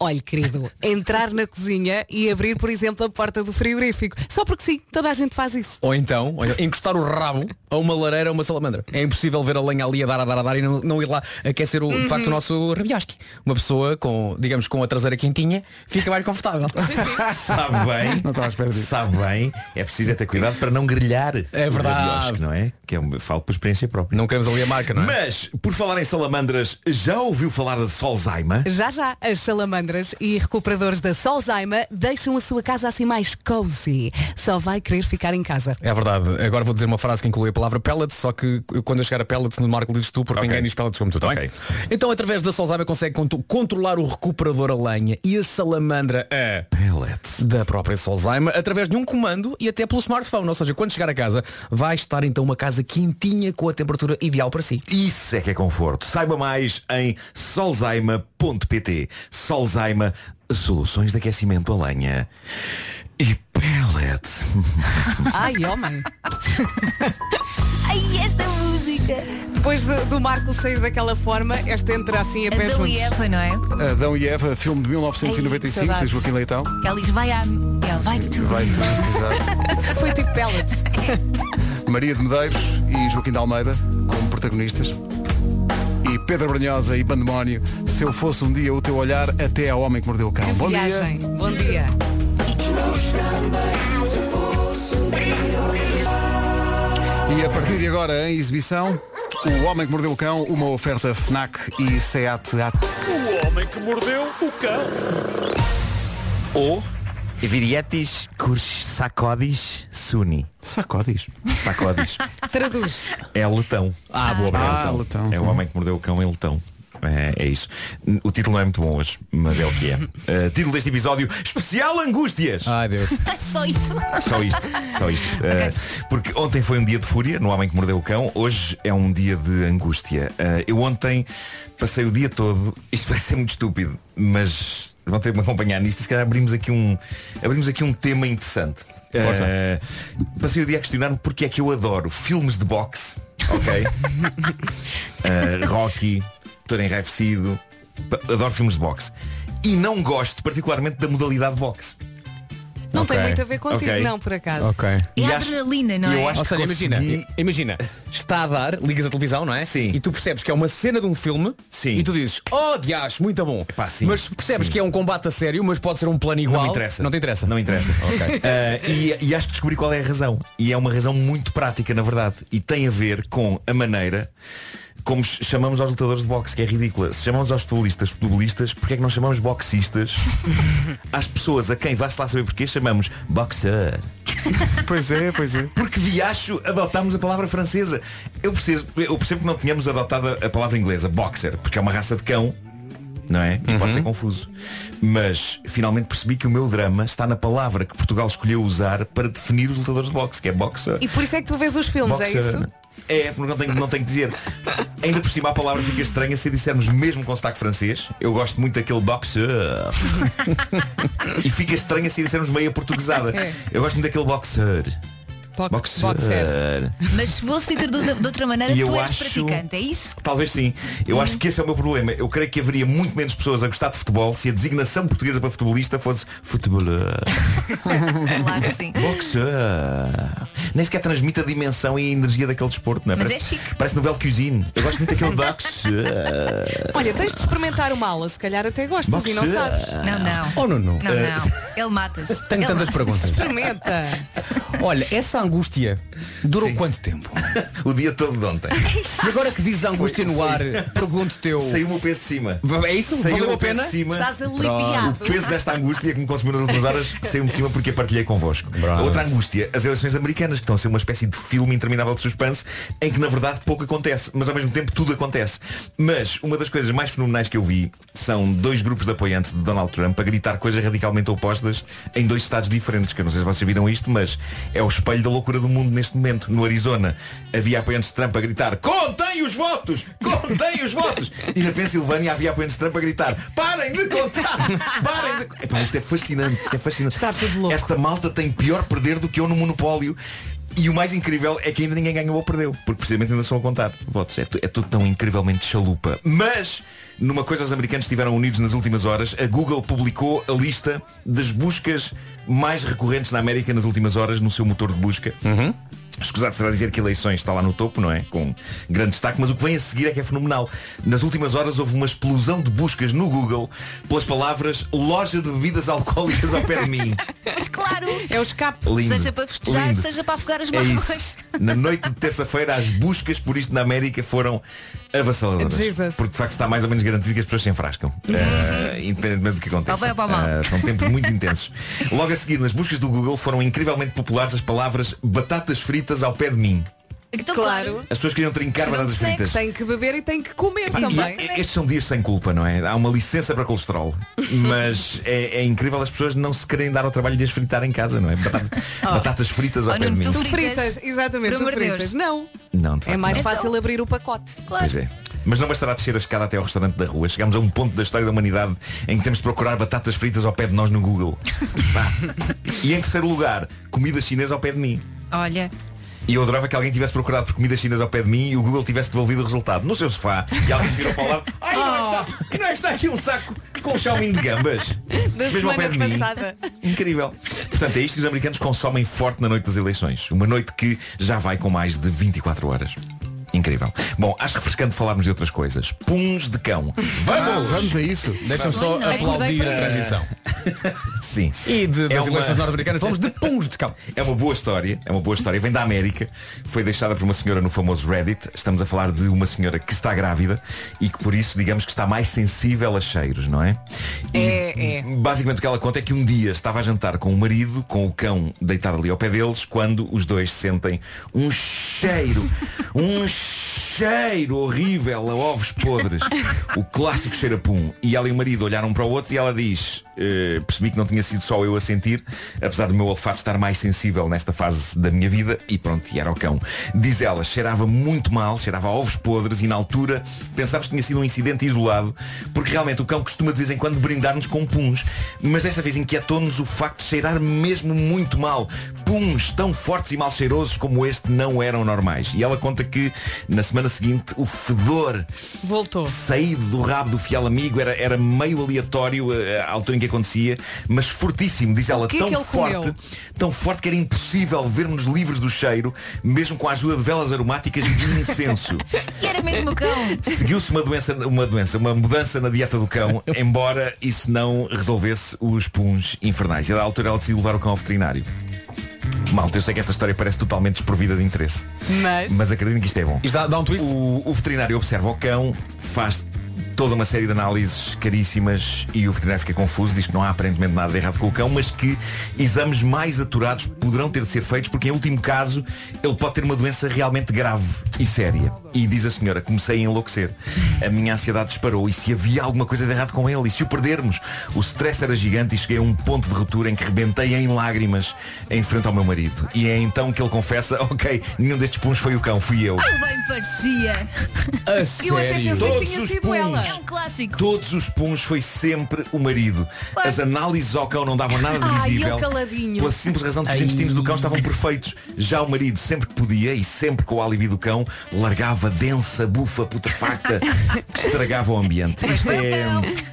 [SPEAKER 1] Olhe, querido, entrar na cozinha e abrir, por exemplo, a porta do frigorífico. Só porque sim, toda a gente faz isso.
[SPEAKER 5] Ou então, olha, encostar o rabo a uma lareira ou uma salamandra. É impossível ver a lenha ali a dar, a dar, a dar e não, não ir lá aquecer, o, de facto, o
[SPEAKER 2] Uhum.
[SPEAKER 5] nosso rabiasque. Uma pessoa com, digamos, com a traseira quentinha, fica mais confortável.
[SPEAKER 7] Sabe bem.
[SPEAKER 2] Não estava à espera disso.
[SPEAKER 7] Sabe bem. É preciso é ter cuidado para não grelhar.
[SPEAKER 5] É
[SPEAKER 7] o
[SPEAKER 5] verdade.
[SPEAKER 7] rabiosque, não é? Que é um, falo por experiência própria.
[SPEAKER 5] não queremos ali a marca, não é?
[SPEAKER 7] Mas, por falar em salamandras, já ouviu falar de Solzaima?
[SPEAKER 1] Já já, as salamandras e recuperadores da Solzaima deixam a sua casa assim mais cozy. Só vai querer ficar em casa.
[SPEAKER 5] É verdade. Agora vou dizer uma frase que inclui a palavra pellets, só que quando eu chegar a pellets no Marco dizes tu, porque
[SPEAKER 7] Ok.
[SPEAKER 5] ninguém diz pellets como tu, tá bem?
[SPEAKER 7] Ok.
[SPEAKER 5] Então, através da Solzaiba consegue conto- controlar o recuperador a lenha e a salamandra a
[SPEAKER 7] É, Pellets.
[SPEAKER 5] eh, da própria Solzheimer através de um comando e até pelo smartphone. Ou seja, quando chegar a casa, vai estar então uma casa quentinha com a temperatura ideal para si.
[SPEAKER 7] Isso é que é conforto. Saiba mais em solzaima.pt. Solzaima, soluções de aquecimento a lenha e pellets.
[SPEAKER 1] Ai, homem.
[SPEAKER 4] Ai, esta música.
[SPEAKER 1] Depois de- do Marco sair daquela forma, esta entra assim a pé
[SPEAKER 4] Adão e
[SPEAKER 1] juntos.
[SPEAKER 4] Eva, não é?
[SPEAKER 2] Adão e Eva, filme de 1995, de
[SPEAKER 1] saudades.
[SPEAKER 2] Joaquim Leitão.
[SPEAKER 4] Que Ela diz, vai à... Ela vai tu.
[SPEAKER 2] Vai tudo, exato.
[SPEAKER 1] Foi tipo pellets.
[SPEAKER 2] Maria de Medeiros e Joaquim de Almeida como protagonistas. E Pedro Brunhosa e Bandemónio, se eu fosse um dia o teu olhar até ao homem que mordeu o cão. Bom
[SPEAKER 1] Viagem.
[SPEAKER 2] dia.
[SPEAKER 1] Bom dia.
[SPEAKER 2] E a partir de agora, em exibição, O Homem que Mordeu o Cão, uma oferta FNAC e SEAT. At-
[SPEAKER 7] Ou virietis curs sacodis suni.
[SPEAKER 2] Sacodes.
[SPEAKER 7] Sacodis.
[SPEAKER 1] Traduz.
[SPEAKER 7] É letão. Ah, boa
[SPEAKER 2] Ah,
[SPEAKER 7] é
[SPEAKER 2] letão.
[SPEAKER 7] É o homem que mordeu o cão em letão. É, é isso. O título não é muito bom hoje, mas é o que é. Uh, título deste episódio, Especial Angústias.
[SPEAKER 5] Ai Deus.
[SPEAKER 4] É Só isso.
[SPEAKER 7] Só isto, só isto. Uh, porque ontem foi um dia de fúria no Homem que Mordeu o Cão, hoje é um dia de angústia. Uh, eu ontem passei o dia todo, isto vai ser muito estúpido, mas vão ter que me acompanhar nisto e se calhar abrimos aqui um, abrimos aqui um tema interessante.
[SPEAKER 5] Força.
[SPEAKER 7] Uh, passei o dia a questionar-me porque é que eu adoro filmes de boxe, ok? Uh, Rocky, estou enraivecido, pa- adoro filmes de boxe. E não gosto particularmente da modalidade de boxe.
[SPEAKER 1] Não tem
[SPEAKER 5] Ok.
[SPEAKER 1] muito a ver contigo,
[SPEAKER 7] Ok.
[SPEAKER 1] não, por acaso.
[SPEAKER 5] Ok.
[SPEAKER 4] É a
[SPEAKER 7] acho-
[SPEAKER 4] adrenalina, não
[SPEAKER 7] e eu
[SPEAKER 4] é?
[SPEAKER 7] acho
[SPEAKER 5] Ou seja,
[SPEAKER 7] consegui-
[SPEAKER 5] imagina, i- imagina, está a dar, ligas a televisão, não é?
[SPEAKER 7] Sim.
[SPEAKER 5] E tu percebes que é uma cena de um filme
[SPEAKER 7] Sim.
[SPEAKER 5] e tu dizes, oh diacho, muito bom.
[SPEAKER 7] Epá, sim.
[SPEAKER 5] Mas percebes
[SPEAKER 7] Sim.
[SPEAKER 5] que é um combate a sério, mas pode ser um plano igual.
[SPEAKER 7] Não me interessa.
[SPEAKER 5] Não te interessa.
[SPEAKER 7] Não me interessa. Ah, e, e acho que descobri qual é a razão. E é uma razão muito prática, na verdade. E tem a ver com a maneira como ch- chamamos aos lutadores de boxe, que é ridícula. Se chamamos aos futebolistas futebolistas, porque é que não chamamos boxistas às pessoas a quem vá-se lá saber porquê chamamos boxer?
[SPEAKER 2] Pois é, pois é.
[SPEAKER 7] Porque de acho adotámos a palavra francesa. Eu percebo, eu percebo que não tínhamos adotado a- a palavra inglesa, boxer, porque é uma raça de cão, não é? E pode ser confuso. Mas finalmente percebi que o meu drama está na palavra que Portugal escolheu usar para definir os lutadores de boxe, que é boxer.
[SPEAKER 1] E por isso é que tu vês os filmes, é
[SPEAKER 7] Boxer.
[SPEAKER 1] isso?
[SPEAKER 7] É, porque não tenho, não tenho que dizer. Ainda por cima a palavra fica estranha se a dissermos mesmo com sotaque francês. Eu gosto muito daquele boxer. e fica estranha se a dissermos meia portuguesada.
[SPEAKER 1] É.
[SPEAKER 7] Eu gosto muito daquele boxer.
[SPEAKER 1] Box-
[SPEAKER 7] Boxer.
[SPEAKER 1] boxer.
[SPEAKER 4] Mas se fosse dito de, de outra maneira,
[SPEAKER 7] E eu
[SPEAKER 4] tu és
[SPEAKER 7] acho-
[SPEAKER 4] praticante, é isso?
[SPEAKER 7] Talvez sim. Eu acho que esse é o meu problema. Eu creio que haveria muito menos pessoas a gostar de futebol se a designação portuguesa para futebolista fosse futeboleur,
[SPEAKER 4] Claro que sim.
[SPEAKER 7] boxer. Nem sequer transmite a dimensão e a energia daquele desporto, não é?
[SPEAKER 4] Mas
[SPEAKER 7] parece,
[SPEAKER 4] é chique.
[SPEAKER 7] Parece novela cuisine. Eu gosto muito daquele boxer.
[SPEAKER 1] Olha, tens de experimentar uma ala, se calhar até gostas e não
[SPEAKER 7] Boxer.
[SPEAKER 1] sabes.
[SPEAKER 4] assim Não, não.
[SPEAKER 5] Oh, não, não.
[SPEAKER 4] Não,
[SPEAKER 7] Eh,
[SPEAKER 4] não. Ele mata-se.
[SPEAKER 5] Tenho
[SPEAKER 4] Ele
[SPEAKER 5] tantas
[SPEAKER 4] mata-se.
[SPEAKER 5] perguntas.
[SPEAKER 1] Experimenta.
[SPEAKER 5] Olha, essa angústia durou quanto tempo?
[SPEAKER 7] O dia todo de ontem.
[SPEAKER 5] E agora que dizes a angústia no ar, pergunto-te eu.
[SPEAKER 7] Saiu-me o peso de cima.
[SPEAKER 5] É isso?
[SPEAKER 7] Saiu-me
[SPEAKER 5] Valeu
[SPEAKER 7] o
[SPEAKER 5] a
[SPEAKER 7] peso
[SPEAKER 5] pena?
[SPEAKER 7] de cima.
[SPEAKER 1] Estás
[SPEAKER 7] O
[SPEAKER 1] aliviado.
[SPEAKER 7] peso desta angústia que me consumiu nas últimas horas saiu-me de cima porque a partilhei convosco.
[SPEAKER 5] Bravo.
[SPEAKER 7] Outra angústia, as eleições americanas, que estão a ser uma espécie de filme interminável de suspense, em que na verdade pouco acontece, mas ao mesmo tempo tudo acontece. Mas uma das coisas mais fenomenais que eu vi são dois grupos de apoiantes de Donald Trump a gritar coisas radicalmente opostas em dois estados diferentes, que eu não sei se vocês viram isto, mas é o espelho da loucura do mundo neste momento. No Arizona havia apoiantes de Trump a gritar Contem os votos! Contem os votos! E na Pensilvânia havia apoiantes de Trump a gritar Parem de contar! Parem de... Epá, isto é fascinante, isto é fascinante.
[SPEAKER 1] Está tudo louco.
[SPEAKER 7] Esta malta tem pior perder do que eu no monopólio. E o mais incrível é que ainda ninguém ganhou ou perdeu, porque precisamente ainda são a contar votos. É, tu- é tudo tão incrivelmente chalupa. Mas, numa coisa os americanos estiveram unidos nas últimas horas, a Google publicou a lista das buscas mais recorrentes na América nas últimas horas no seu motor de busca. Escusado será dizer que eleições está lá no topo, não é? Com grande destaque, mas o que vem a seguir é que é fenomenal. Nas últimas horas houve uma explosão de buscas no Google pelas palavras loja de bebidas alcoólicas ao pé de mim.
[SPEAKER 4] Mas claro.
[SPEAKER 1] É o escape.
[SPEAKER 7] Lindo.
[SPEAKER 4] Seja para festejar,
[SPEAKER 7] Lindo.
[SPEAKER 4] seja para afogar as
[SPEAKER 7] É
[SPEAKER 4] mágoas.
[SPEAKER 7] isso. Na noite de terça-feira as buscas por isto na América foram avassaladoras.
[SPEAKER 4] É
[SPEAKER 1] Jesus.
[SPEAKER 7] Porque de facto está mais ou menos garantido que as pessoas se enfrascam. Eh, independentemente do que
[SPEAKER 4] Ao bem
[SPEAKER 7] aconteça.
[SPEAKER 4] Uhum. ou para o mal.
[SPEAKER 7] Eh, são tempos muito intensos. Logo a seguir, nas buscas do Google foram incrivelmente populares as palavras batatas fritas ao pé de mim.
[SPEAKER 4] Então,
[SPEAKER 1] Claro.
[SPEAKER 7] As pessoas queriam trincar
[SPEAKER 4] Precisam
[SPEAKER 7] batatas
[SPEAKER 4] de sexo.
[SPEAKER 7] fritas.
[SPEAKER 1] Tem que beber e tem que comer
[SPEAKER 7] Pá,
[SPEAKER 1] também.
[SPEAKER 7] e- é, Estes são dias sem culpa, não é? Há uma licença para colesterol. Mas é, é incrível as pessoas não se querem dar ao trabalho de as fritar em casa, não é? Batata- Batatas fritas ao
[SPEAKER 4] Oh,
[SPEAKER 7] pé de
[SPEAKER 4] Nuno,
[SPEAKER 7] mim.
[SPEAKER 4] tu-
[SPEAKER 1] Fritas, exatamente,
[SPEAKER 4] Por
[SPEAKER 1] tu
[SPEAKER 4] amor de
[SPEAKER 1] fritas.
[SPEAKER 4] Deus. então-
[SPEAKER 1] Não.
[SPEAKER 7] Não, de
[SPEAKER 1] É
[SPEAKER 7] facto,
[SPEAKER 1] mais
[SPEAKER 7] não.
[SPEAKER 1] fácil abrir o pacote.
[SPEAKER 4] claro.
[SPEAKER 7] Pois é. Mas não bastará descer a escada até ao restaurante da rua. Chegámos a um ponto da história da humanidade em que temos de procurar batatas fritas ao pé de nós no Google. Pá. e em terceiro lugar, comida chinesa ao pé de mim.
[SPEAKER 4] Olha,
[SPEAKER 7] E eu adorava que alguém tivesse procurado por comida chinesa ao pé de mim e o Google tivesse devolvido o resultado no seu sofá e alguém se virou para o lado. Ai, não é que está, não é que está aqui um saco com um chauminho de gambas.
[SPEAKER 1] Oh. Da
[SPEAKER 7] Mesmo ao pé de
[SPEAKER 1] semana
[SPEAKER 7] mim.
[SPEAKER 1] passada.
[SPEAKER 7] Incrível. Portanto, é isto que os americanos consomem forte na noite das eleições. Uma noite que já vai com mais de 24 horas. Incrível. Bom, acho refrescante falarmos de outras coisas. Puns de cão.
[SPEAKER 2] Vamos, vamos a isso.
[SPEAKER 5] Deixa-me só
[SPEAKER 4] Sonho, não é?
[SPEAKER 5] aplaudir a transição.
[SPEAKER 7] Sim.
[SPEAKER 5] E de, das
[SPEAKER 7] É uma-
[SPEAKER 5] eleições norte-americanas falamos de puns de cão.
[SPEAKER 7] É uma boa história, é uma boa história. Vem da América, foi deixada por uma senhora no famoso Reddit. Estamos a falar de uma senhora que está grávida e que por isso, digamos que está mais sensível a cheiros, não é? E
[SPEAKER 1] É, é.
[SPEAKER 7] Basicamente o que ela conta é que um dia estava a jantar com o marido, com o cão deitado ali ao pé deles, quando os dois sentem um cheiro, um cheiro horrível a ovos podres. O clássico cheiro a pum. E ela e o marido olharam um para o outro e ela diz, "Eh, percebi que não tinha sido só eu a sentir, apesar do meu olfato estar mais sensível nesta fase da minha vida, e pronto, e era o cão. Diz ela, cheirava muito mal, cheirava a ovos podres e na altura pensámos que tinha sido um incidente isolado, porque realmente o cão costuma de vez em quando brindar-nos com puns, mas desta vez inquietou-nos o facto de cheirar mesmo muito mal. Puns tão fortes e mal cheirosos como este não eram normais. E ela conta que na semana seguinte o fedor
[SPEAKER 1] Voltou.
[SPEAKER 7] saído do rabo do fiel amigo era, era meio aleatório eh, à altura em que acontecia, mas fortíssimo, diz ela,
[SPEAKER 1] que é
[SPEAKER 7] tão
[SPEAKER 1] que ele
[SPEAKER 7] forte,
[SPEAKER 1] comeu?
[SPEAKER 7] tão forte que era impossível vermos livres do cheiro, mesmo com a ajuda de velas aromáticas e de um incenso.
[SPEAKER 4] E era mesmo o cão.
[SPEAKER 7] Seguiu-se uma doença, uma doença, uma mudança na dieta do cão, embora isso não resolvesse os puns infernais. E da altura ela decidiu levar o cão ao veterinário. Malta, eu sei que esta história parece totalmente desprovida de interesse,
[SPEAKER 1] Mas.
[SPEAKER 7] mas acreditem que isto é bom.
[SPEAKER 5] Isto dá, dá um twist.
[SPEAKER 7] O, o veterinário observa o cão, faz toda uma série de análises caríssimas e o veterinário fica confuso, diz que não há aparentemente nada de errado com o cão, mas que exames mais aturados poderão ter de ser feitos, porque em último caso ele pode ter uma doença realmente grave e séria. E diz a senhora, comecei a enlouquecer. A minha ansiedade disparou e se havia alguma coisa de errado com ele e se o perdermos, o stress era gigante e cheguei a um ponto de ruptura em que rebentei em lágrimas em frente ao meu marido. E é então que ele confessa, ok, nenhum destes puns foi o cão, fui eu.
[SPEAKER 4] Ele bem parecia.
[SPEAKER 5] A
[SPEAKER 1] Eu até
[SPEAKER 5] sério?
[SPEAKER 1] pensei que
[SPEAKER 7] Todos
[SPEAKER 1] tinha
[SPEAKER 7] os
[SPEAKER 1] sido
[SPEAKER 7] puns.
[SPEAKER 1] ela.
[SPEAKER 4] É um clássico.
[SPEAKER 7] Todos os puns foi sempre o marido.
[SPEAKER 4] Claro.
[SPEAKER 7] As análises ao cão não davam nada de
[SPEAKER 1] Ai,
[SPEAKER 7] visível.
[SPEAKER 1] ele caladinho.
[SPEAKER 7] Pela simples razão de que os
[SPEAKER 5] Ai.
[SPEAKER 7] intestinos do cão estavam perfeitos. Já o marido, sempre que podia e sempre com o alibi do cão, largava densa bufa putrefacta que estragava o ambiente. Isto é,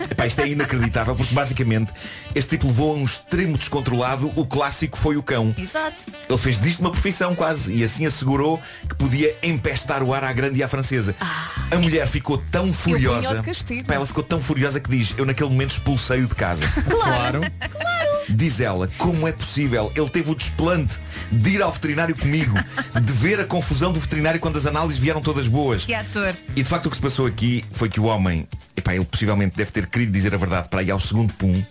[SPEAKER 7] Epá, isto é inacreditável porque basicamente este tipo levou a um extremo descontrolado. O clássico foi o cão.
[SPEAKER 4] Exato.
[SPEAKER 7] Ele fez disto uma profissão quase e assim assegurou que podia empestar o ar à grande e à francesa. A mulher ficou tão furiosa.
[SPEAKER 1] punho Ah. de castigo.
[SPEAKER 7] Pá, ela ficou tão furiosa que diz, eu naquele momento expulsei-o de casa.
[SPEAKER 5] Claro.
[SPEAKER 7] Diz ela, como é possível? Ele teve o desplante de ir ao veterinário comigo, de ver a confusão do veterinário quando as análises vieram todas boas.
[SPEAKER 4] Que ator.
[SPEAKER 7] E de facto o que se passou aqui foi que o homem, epá, ele possivelmente deve ter querido dizer a verdade para ir ao segundo pum.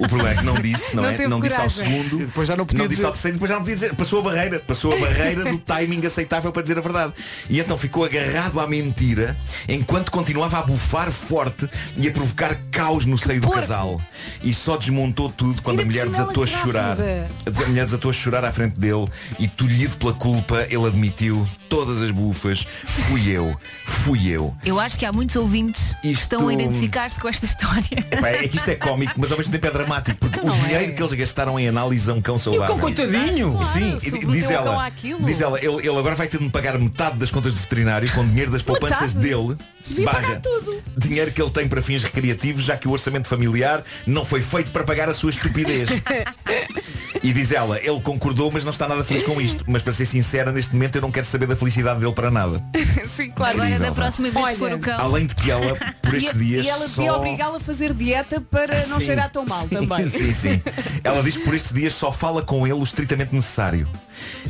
[SPEAKER 7] O problema é que não disse, não,
[SPEAKER 1] Não
[SPEAKER 7] é?
[SPEAKER 1] teve
[SPEAKER 7] Não disse ao
[SPEAKER 1] coragem.
[SPEAKER 7] segundo.
[SPEAKER 2] E depois já não podia
[SPEAKER 7] disse
[SPEAKER 2] dizer.
[SPEAKER 7] ao terceiro, depois já não podia dizer. Passou a barreira, passou a barreira do timing aceitável para dizer a verdade. E então ficou agarrado à mentira enquanto continuava a bufar forte e a provocar caos no seio do
[SPEAKER 1] porco!
[SPEAKER 7] casal. E só desmontou tudo quando
[SPEAKER 1] Ainda
[SPEAKER 7] a mulher
[SPEAKER 1] por cima
[SPEAKER 7] desatou a
[SPEAKER 1] ela
[SPEAKER 7] chorar.
[SPEAKER 1] grávida.
[SPEAKER 7] A mulher desatou a chorar à frente dele e tolhido pela culpa, ele admitiu todas as bufas. Fui eu, fui eu.
[SPEAKER 4] Eu acho que há muitos ouvintes que
[SPEAKER 7] Isto-
[SPEAKER 4] estão a identificar-se com esta história.
[SPEAKER 7] Epá, é que isto é cómico, mas ao mesmo tempo é dramático, porque
[SPEAKER 1] Então
[SPEAKER 7] o
[SPEAKER 1] não é.
[SPEAKER 7] dinheiro que eles gastaram em análise a um cão
[SPEAKER 5] E o
[SPEAKER 7] saudável.
[SPEAKER 5] cão coitadinho.
[SPEAKER 1] Claro,
[SPEAKER 7] Sim,
[SPEAKER 1] submeteu
[SPEAKER 7] diz
[SPEAKER 1] o cão
[SPEAKER 7] ela,
[SPEAKER 1] àquilo.
[SPEAKER 7] diz ela ele, ele agora vai ter de me pagar metade das contas do veterinário com dinheiro das poupanças
[SPEAKER 1] Metade?
[SPEAKER 7] dele.
[SPEAKER 1] Devia pagar tudo.
[SPEAKER 7] Dinheiro que ele tem para fins recreativos, já que o orçamento familiar não foi feito para pagar a sua estupidez. e diz ela, ele concordou, mas não está nada feliz com isto. Mas para ser sincera, neste momento eu não quero saber da felicidade dele para nada.
[SPEAKER 1] Sim, claro.
[SPEAKER 4] Agora
[SPEAKER 7] Incrível,
[SPEAKER 4] da próxima vez que for
[SPEAKER 1] Olha,
[SPEAKER 4] o cão.
[SPEAKER 7] Além de que ela, por
[SPEAKER 1] E,
[SPEAKER 7] estes dias.
[SPEAKER 1] e ela devia
[SPEAKER 7] só...
[SPEAKER 1] obrigá-la a fazer dieta para não
[SPEAKER 7] Sim,
[SPEAKER 1] cheirar tão mal
[SPEAKER 7] sim,
[SPEAKER 1] também.
[SPEAKER 7] Sim, sim. Ela diz que por estes dias só fala com ele o estritamente necessário.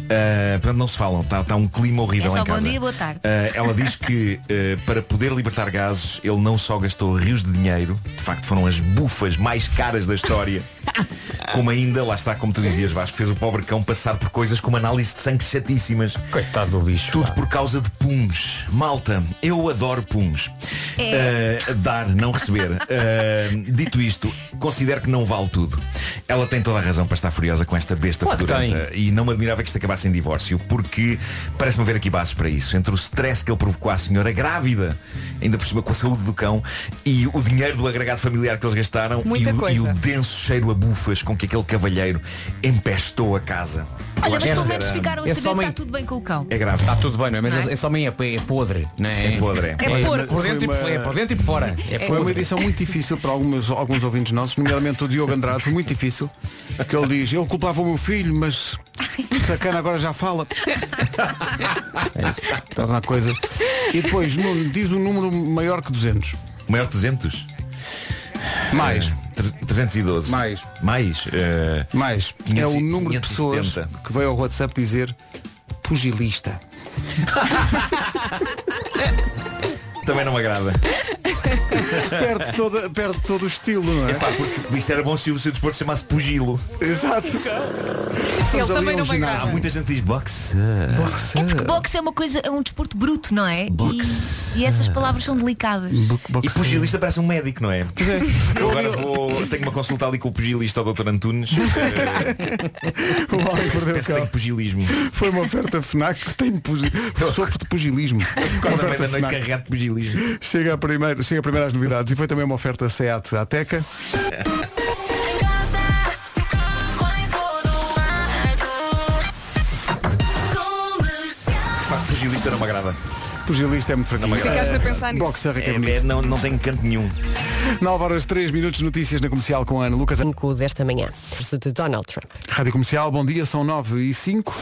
[SPEAKER 7] Ah, portanto, não se falam, está um clima horrível
[SPEAKER 4] É só
[SPEAKER 7] em casa.
[SPEAKER 4] bom dia, boa tarde.
[SPEAKER 7] Ah, ela diz que ah, para poder libertar gases, ele não só gastou rios de dinheiro, de facto foram as bufas mais caras da história, como ainda, lá está, como tu dizias, Vasco, fez o pobre cão passar por coisas como análise de sangue chatíssimas.
[SPEAKER 5] Coitado do bicho.
[SPEAKER 7] Tudo por causa de puns. Malta, eu adoro puns.
[SPEAKER 4] É.
[SPEAKER 7] Eh, dar, não receber. Eh, dito isto, considero que não vale tudo. Ela tem toda a razão para estar furiosa com esta besta
[SPEAKER 5] Claro que
[SPEAKER 7] fedorenta. E não me admirava que isto acabasse em divórcio, porque parece-me haver aqui bases para isso. Entre o stress que ele provocou à senhora grávida, ainda por cima com a saúde do cão, e o dinheiro do agregado familiar que eles gastaram,
[SPEAKER 1] Muita
[SPEAKER 7] e, o, e
[SPEAKER 1] coisa.
[SPEAKER 7] o denso cheiro a bufas com que aquele cavalheiro empestou a casa.
[SPEAKER 4] Olha,
[SPEAKER 7] Eu acho
[SPEAKER 4] mas
[SPEAKER 7] que
[SPEAKER 4] pelo
[SPEAKER 7] era-
[SPEAKER 4] menos ficaram a
[SPEAKER 5] esse
[SPEAKER 4] saber que
[SPEAKER 5] homem-
[SPEAKER 4] está tudo bem com o cão.
[SPEAKER 7] É grave.
[SPEAKER 5] Está tudo bem, não é? Mas esse homem é, é podre, não é?
[SPEAKER 7] É podre, é.
[SPEAKER 5] É,
[SPEAKER 1] porco.
[SPEAKER 5] por dentro, e por-
[SPEAKER 2] Foi uma-
[SPEAKER 5] é por dentro e por fora. É
[SPEAKER 2] Foi uma
[SPEAKER 5] podre.
[SPEAKER 2] edição muito difícil para algumas, alguns ouvintes nossos, nomeadamente o Diogo Andrade, foi muito difícil. Que ele diz, eu culpava o meu filho, mas sacana agora já fala. É isso, torna a coisa. E depois Nuno, diz um número maior que 200.
[SPEAKER 7] Maior que 200?
[SPEAKER 2] Mais,
[SPEAKER 7] Tre- 312.
[SPEAKER 2] Mais.
[SPEAKER 7] Mais. eh,
[SPEAKER 2] mais. É o número de pessoas
[SPEAKER 7] 570.
[SPEAKER 2] que veio ao WhatsApp dizer pugilista.
[SPEAKER 7] também não me agrada.
[SPEAKER 2] Perde, toda, perde todo o estilo, não é?
[SPEAKER 7] Pá, porque isso era bom se o seu desporto se chamasse pugilo.
[SPEAKER 2] Exato.
[SPEAKER 1] Ele
[SPEAKER 2] ali
[SPEAKER 1] também
[SPEAKER 2] a um
[SPEAKER 1] não vai
[SPEAKER 7] Há
[SPEAKER 1] graça.
[SPEAKER 7] muita gente que diz boxe.
[SPEAKER 4] É porque boxe é uma coisa, é um desporto bruto, não é? E, e essas palavras são delicadas.
[SPEAKER 7] E pugilista parece um médico, não é? Eu agora vou. Tenho uma consulta ali com o pugilista, o Dr. Antunes.
[SPEAKER 2] O homem que mordeu o
[SPEAKER 7] Parece que
[SPEAKER 2] cão.
[SPEAKER 7] tenho pugilismo.
[SPEAKER 2] Foi uma oferta FNAC que tem pugi- sofre de pugilismo. Uma
[SPEAKER 7] Acorda meio
[SPEAKER 2] oferta
[SPEAKER 7] da noite
[SPEAKER 2] FNAC.
[SPEAKER 7] carregado de pugilismo.
[SPEAKER 2] Chega, a primeiro, chega primeiro às novidades e foi também uma oferta SEAT à Teca.
[SPEAKER 7] De facto, pugilista não me agrada.
[SPEAKER 2] Pugilista é muito fraquinho.
[SPEAKER 7] Não me agrada.
[SPEAKER 1] eh, Ficaste a pensar nisso.
[SPEAKER 2] Boxer é que é
[SPEAKER 7] É, é,
[SPEAKER 2] bonito.
[SPEAKER 7] não, não tenho canto nenhum.
[SPEAKER 2] 9 horas 3 minutos, notícias na comercial com a Ana Lucas.
[SPEAKER 6] Cinco desta manhã, de Donald Trump.
[SPEAKER 2] Rádio Comercial, bom dia, são 9 e 5.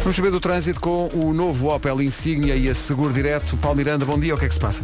[SPEAKER 2] Vamos saber do trânsito com o novo Opel Insignia e a Seguro Direto. Paulo Miranda, bom dia, o que é que se passa?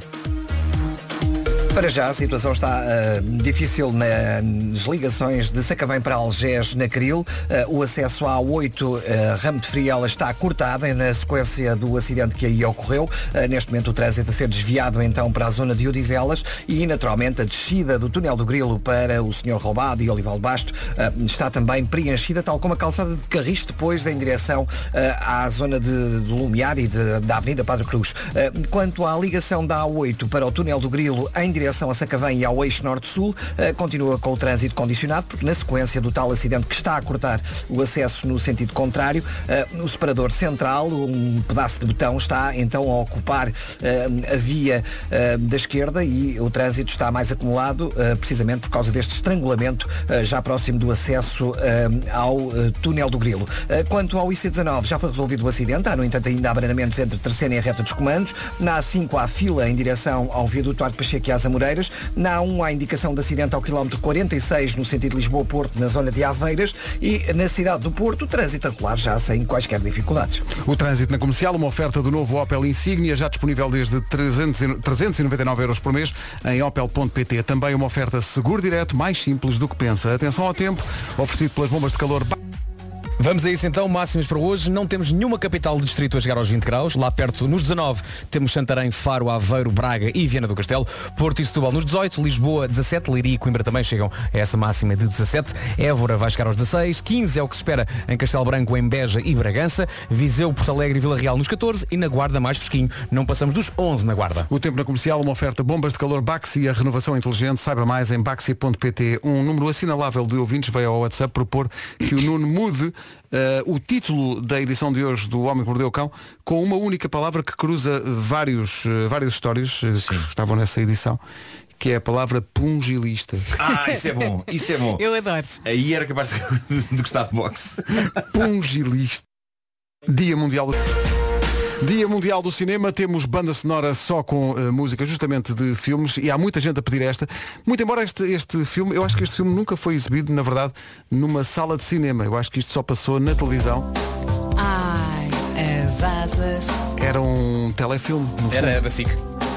[SPEAKER 3] Para já a situação está ah, difícil nas ligações de Sacavém para Algés na Cril. Ah, o acesso à 8 ah, Ramo de Friela está cortado eh, na sequência do acidente que aí ocorreu. Ah, neste momento o trânsito a ser desviado então para a zona de Odivelas e naturalmente a descida do túnel do Grilo para o Senhor Roubado e Olival Basto ah, está também preenchida, tal como a calçada de Carris depois em direção ah, à zona de, de Lumiar e de- da Avenida Padre Cruz. Ah, quanto à ligação da A8 para o túnel do Grilo em direção a Sacavém e ao eixo norte-sul, eh, continua com o trânsito condicionado, porque na sequência do tal acidente que está a cortar o acesso no sentido contrário, eh, o separador central, um pedaço de betão, está então a ocupar eh, a via eh, da esquerda e o trânsito está mais acumulado, eh, precisamente por causa deste estrangulamento eh, já próximo do acesso eh, ao eh, túnel do Grilo. Eh, Quanto ao IC19, já foi resolvido o acidente, há no entanto ainda abrandamentos entre terceira e a reta dos comandos, na A5 há fila em direção ao viaduto Arte Pacheco e às Amoreiras, na A1 há indicação de acidente ao quilómetro 46 no sentido Lisboa-Porto, na zona de Aveiras e na cidade do Porto, o trânsito a rolar já sem quaisquer dificuldades.
[SPEAKER 2] O trânsito na comercial, uma oferta do novo Opel Insignia, já disponível desde 300 e- 399 euros por mês em opel.pt. Também uma oferta seguro direto, mais simples do que pensa. Atenção ao tempo, oferecido pelas bombas de calor. Ba-
[SPEAKER 5] Vamos a isso então, máximos para hoje. Não temos nenhuma capital de distrito a chegar aos 20 graus. Lá perto, nos 19, temos Santarém, Faro, Aveiro, Braga e Viana do Castelo. Porto e Setúbal nos 18, Lisboa 17, Leiria e Coimbra também chegam a essa máxima de 17. Évora vai chegar aos 16, 15 é o que se espera em Castelo Branco, em Beja e Bragança. Viseu, Porto Alegre e Vila Real nos 14 e na Guarda mais fresquinho. Não passamos dos 11 na Guarda.
[SPEAKER 2] O tempo na comercial, uma oferta bombas de calor Baxi, a renovação inteligente. Saiba mais em baxi.pt. Um número assinalável de ouvintes veio ao WhatsApp propor que o Nuno mude eh, o título da edição de hoje do Homem que Mordeu o Cão com uma única palavra que cruza vários, eh, várias histórias eh, que estavam nessa edição, que é a palavra pungilista.
[SPEAKER 7] Ah, isso é bom, isso é bom.
[SPEAKER 1] Eu adoro.
[SPEAKER 7] Aí era capaz de, de gostar de boxe.
[SPEAKER 2] pungilista. Dia Mundial do Dia Mundial do Cinema, temos banda sonora só com eh, música justamente de filmes e há muita gente a pedir esta. Muito embora este, este filme, eu acho que este filme nunca foi exibido, na verdade, numa sala de cinema. Eu acho que isto só passou na televisão.
[SPEAKER 1] Ai, as asas.
[SPEAKER 2] Era um telefilme. no fundo.
[SPEAKER 5] Era da SIC.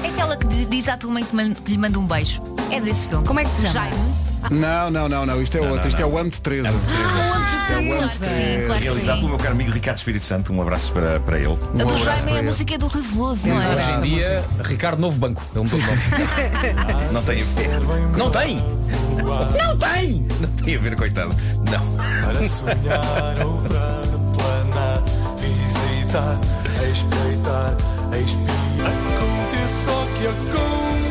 [SPEAKER 4] É aquela que d- diz à tua mãe que, man- que lhe manda um beijo. É desse filme.
[SPEAKER 1] Como é que se chama?
[SPEAKER 4] Jaime.
[SPEAKER 2] Não, não, não, não. Isto é outro. Isto é o Amo É de 13.
[SPEAKER 7] É
[SPEAKER 4] Claro que Ah, sim, claro que
[SPEAKER 7] Realizado
[SPEAKER 4] sim.
[SPEAKER 7] pelo meu caro amigo Ricardo Espírito Santo. Um abraço para, para ele.
[SPEAKER 4] A do
[SPEAKER 2] abraço
[SPEAKER 4] Jaime é
[SPEAKER 2] para
[SPEAKER 4] a
[SPEAKER 2] ele.
[SPEAKER 4] música do Reveloso, não
[SPEAKER 5] Hoje em
[SPEAKER 4] é?
[SPEAKER 5] dia, Ricardo Novo Banco. É um todo nome.
[SPEAKER 7] Não tem,
[SPEAKER 5] Não tem! Não tem!
[SPEAKER 7] não tem a ver, coitado. Não.
[SPEAKER 8] Para sonhar ou para planar, visitar, espreitar, expirar. Aconteça o que aconteça.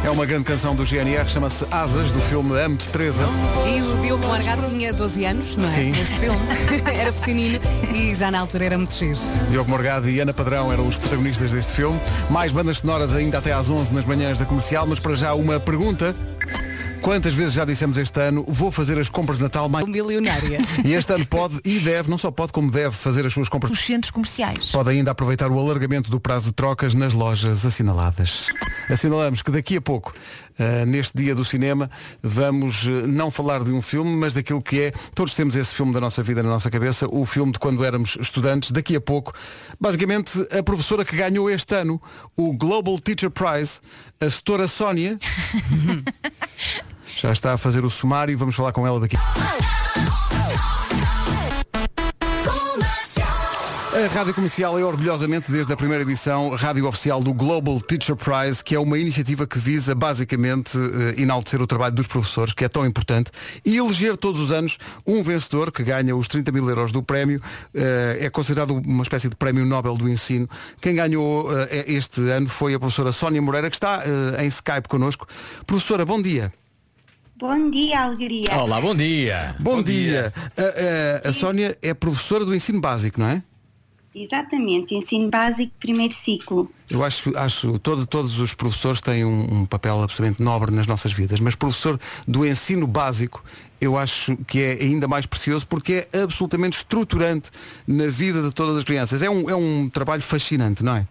[SPEAKER 2] É uma grande canção do GNR, chama-se Asas, do filme Amo de 13.
[SPEAKER 1] E o Diogo Margato tinha 12 anos, não é?
[SPEAKER 2] Sim.
[SPEAKER 1] Neste filme. era pequenino e já na altura era muito cheio.
[SPEAKER 2] Diogo Morgado e Ana Padrão eram os protagonistas deste filme. Mais bandas sonoras ainda até às 11 nas manhãs da comercial, mas para já uma pergunta. Quantas vezes já dissemos este ano, vou fazer as compras de Natal mais.
[SPEAKER 1] Um milionária.
[SPEAKER 2] E este ano pode e deve, não só pode como deve fazer as suas compras.
[SPEAKER 4] Os centros comerciais.
[SPEAKER 2] Pode ainda aproveitar o alargamento do prazo de trocas nas lojas assinaladas. Assinalamos que daqui a pouco, ah, neste dia do cinema, vamos eh, não falar de um filme, mas daquilo que é. Todos temos esse filme da nossa vida na nossa cabeça, o filme de quando éramos estudantes. Daqui a pouco, basicamente, a professora que ganhou este ano o Global Teacher Prize, a setora Sónia, já está a fazer o sumário e vamos falar com ela daqui. A Rádio Comercial é orgulhosamente, desde a primeira edição, rádio oficial do Global Teacher Prize, que é uma iniciativa que visa basicamente eh, enaltecer o trabalho dos professores, que é tão importante, e eleger todos os anos um vencedor que ganha os 30 mil euros do prémio. Eh, é considerado uma espécie de prémio Nobel do ensino. Quem ganhou eh, este ano foi a professora Sónia Moreira, que está eh, em Skype connosco. Professora, bom dia.
[SPEAKER 9] Bom dia, Alegria.
[SPEAKER 5] Olá, bom dia!
[SPEAKER 2] Bom, dia. A, a- a Sónia é professora do ensino básico, não é?
[SPEAKER 9] Exatamente, ensino básico, primeiro ciclo.
[SPEAKER 2] Eu acho, acho todo, todos os professores têm um, um papel absolutamente nobre nas nossas vidas, mas professor do ensino básico eu acho que é ainda mais precioso porque é absolutamente estruturante na vida de todas as crianças. É um, é um trabalho fascinante, não é?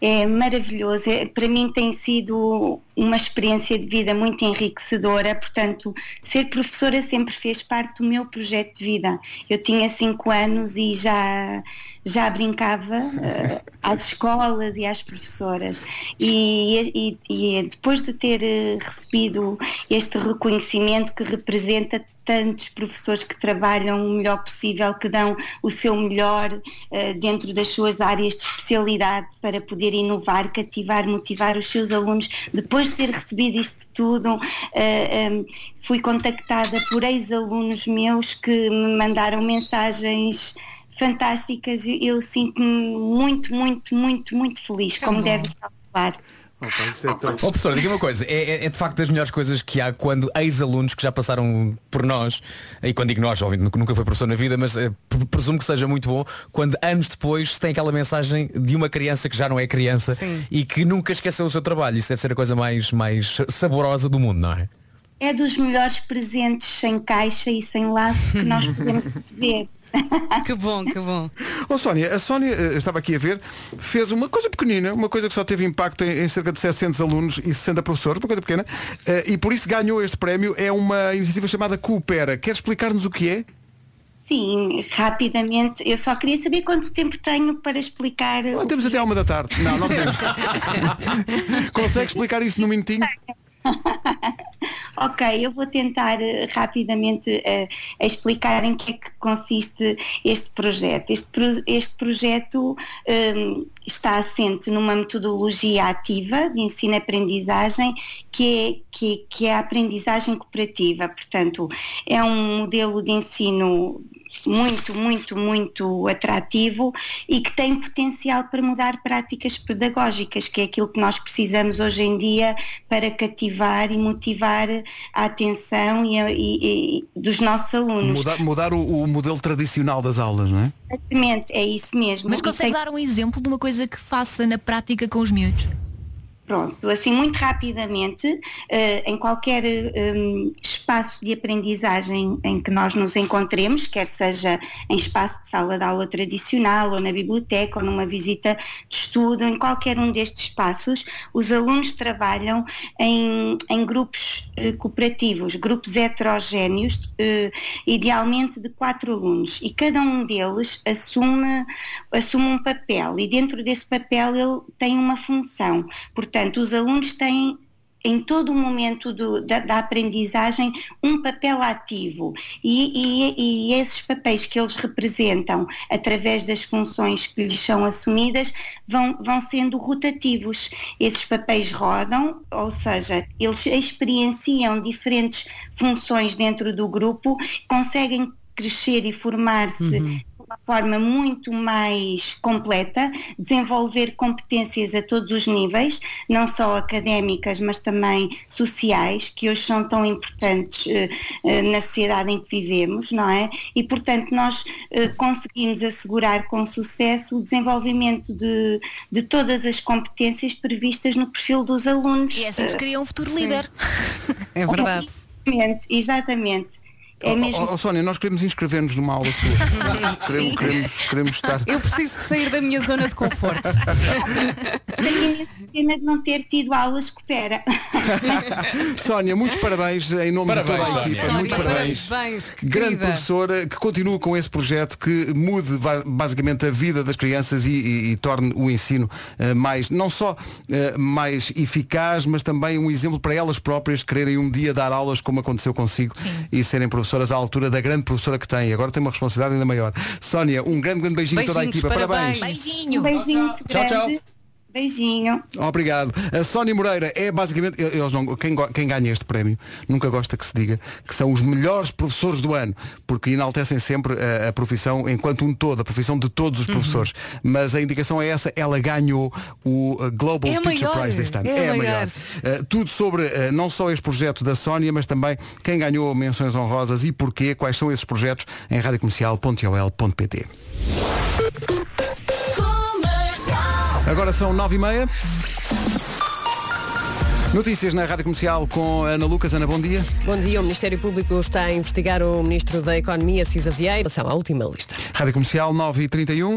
[SPEAKER 9] É maravilhoso, é- para mim tem sido uma experiência de vida muito enriquecedora, portanto, ser professora sempre fez parte do meu projeto de vida. Eu tinha 5 anos e já, já brincava eh, às escolas e às professoras. E, e- e depois de ter eh, recebido este reconhecimento que representa tantos professores que trabalham o melhor possível, que dão o seu melhor eh, dentro das suas áreas de especialidade para poder inovar, cativar, motivar os seus alunos. Depois de ter recebido isto tudo, eh, em, fui contactada por ex-alunos meus que me mandaram mensagens fantásticas. Eu- Eu sinto-me muito, muito, muito, muito feliz, como deve calcular.
[SPEAKER 5] Ó professor, diga uma coisa, é, é- é de facto das melhores coisas que há quando ex-alunos que já passaram por nós, e quando digo nós, óbvio, nunca nunca foi professor na vida, mas eh, pre- presumo que seja muito bom, quando anos depois se tem aquela mensagem de uma criança que já não é criança e que nunca esqueceu o seu trabalho. Isso deve ser a coisa mais, mais saborosa do mundo, não é?
[SPEAKER 9] É dos melhores presentes sem caixa e sem laço que nós podemos receber.
[SPEAKER 1] Que bom, que bom.
[SPEAKER 2] Ó Sónia, a Sónia, eh, estava aqui a ver, fez uma coisa pequenina, uma coisa que só teve impacto em, em cerca de 700 alunos e 60 professores, uma coisa pequena, eh, e por isso ganhou este prémio. É uma iniciativa chamada Coopera. Quer explicar-nos o que é?
[SPEAKER 9] Sim, rapidamente. Eu só queria saber quanto tempo tenho para explicar. é.
[SPEAKER 2] Ah, temos até à uma da tarde. Não, não temos. Consegue explicar isso num minutinho?
[SPEAKER 9] Ok, eu vou tentar eh, rapidamente eh, explicar em que é que consiste este projeto. Este, pro- este projeto ehm, está assente numa metodologia ativa de ensino-aprendizagem que é, que, que é a aprendizagem cooperativa. Portanto, é um modelo de ensino muito, muito, muito atrativo e que tem potencial para mudar práticas pedagógicas, que é aquilo que nós precisamos hoje em dia para cativar e motivar a atenção e a- e- e- dos nossos alunos.
[SPEAKER 2] Mudar, mudar o, o modelo tradicional das aulas, não é?
[SPEAKER 9] Exatamente, é isso mesmo.
[SPEAKER 4] Mas
[SPEAKER 9] E
[SPEAKER 4] consegue
[SPEAKER 9] tem-
[SPEAKER 4] dar um exemplo de uma coisa que faça na prática com os miúdos?
[SPEAKER 9] Pronto, assim muito rapidamente, eh, em qualquer eh, um, espaço de aprendizagem em que nós nos encontremos, quer seja em espaço de sala de aula tradicional, ou na biblioteca, ou numa visita de estudo, em qualquer um destes espaços, os alunos trabalham em, em grupos eh, cooperativos, grupos heterogéneos, eh, idealmente de quatro alunos, e cada um deles assume, assume um papel, e dentro desse papel ele tem uma função. Portanto, os alunos têm em todo o momento do- da, da aprendizagem um papel ativo e, e- e esses papéis que eles representam através das funções que lhes são assumidas vão, vão sendo rotativos. Esses papéis rodam, ou seja, eles experienciam diferentes funções dentro do grupo, conseguem crescer e formar-se de uma forma muito mais completa, desenvolver competências a todos os níveis, não só académicas, mas também sociais, que hoje são tão importantes eh, eh, na sociedade em que vivemos, não é? E, portanto, nós eh, conseguimos assegurar com sucesso o desenvolvimento de, de todas as competências previstas no perfil dos alunos.
[SPEAKER 4] E é assim que se cria um futuro
[SPEAKER 1] Sim.
[SPEAKER 4] líder.
[SPEAKER 1] É verdade.
[SPEAKER 9] Exatamente, exatamente. É mesmo
[SPEAKER 2] Ó, ó, Sónia, nós queremos inscrever-nos numa aula sua. queremos, queremos, queremos estar.
[SPEAKER 1] Eu preciso de sair da minha zona de conforto.
[SPEAKER 9] tenho pena de não ter tido aulas que pera.
[SPEAKER 2] Sónia, muitos parabéns em nome
[SPEAKER 5] Parabéns,
[SPEAKER 2] de toda a
[SPEAKER 5] Sónia.
[SPEAKER 2] equipa. Muitos parabéns.
[SPEAKER 1] Parabéns, que
[SPEAKER 2] Grande
[SPEAKER 1] querida.
[SPEAKER 2] professora que continua com esse projeto que mude va- basicamente a vida das crianças e, e- e torne o ensino eh, mais, não só eh, mais eficaz, mas também um exemplo para elas próprias de quererem um dia dar aulas como aconteceu consigo e serem professoras à altura da grande professora que têm. Agora tem uma responsabilidade ainda maior. Sónia, um grande, grande beijinho a toda a
[SPEAKER 1] Beijinhos,
[SPEAKER 2] equipa.
[SPEAKER 1] parabéns.
[SPEAKER 9] Um
[SPEAKER 4] Beijinho.
[SPEAKER 9] beijinho muito
[SPEAKER 5] Tchau,
[SPEAKER 9] grande.
[SPEAKER 5] tchau.
[SPEAKER 9] Beijinho.
[SPEAKER 2] Obrigado. A Sónia Moreira é basicamente, eu- eles não- quem, go- quem ganha este prémio nunca gosta que se diga que são os melhores professores do ano, porque enaltecem sempre a, a profissão enquanto um todo, a profissão de todos
[SPEAKER 1] Uhum.
[SPEAKER 2] os professores. Mas a indicação é essa, ela ganhou o uh, Global
[SPEAKER 1] É a
[SPEAKER 2] Teacher
[SPEAKER 1] maior,
[SPEAKER 2] Prize deste ano.
[SPEAKER 1] é a maior.
[SPEAKER 2] Uh, tudo sobre uh, não só este projeto da Sónia, mas também quem ganhou menções honrosas e porquê, quais são esses projetos em radiocomercial.ol.pt. Agora são nove e meia. Notícias na Rádio Comercial com a Ana Lucas. Ana, bom dia.
[SPEAKER 6] Bom dia, o Ministério Público está a investigar o Ministro da Economia, Cisa Vieira, em relação à última lista.
[SPEAKER 2] Rádio Comercial 9 e 31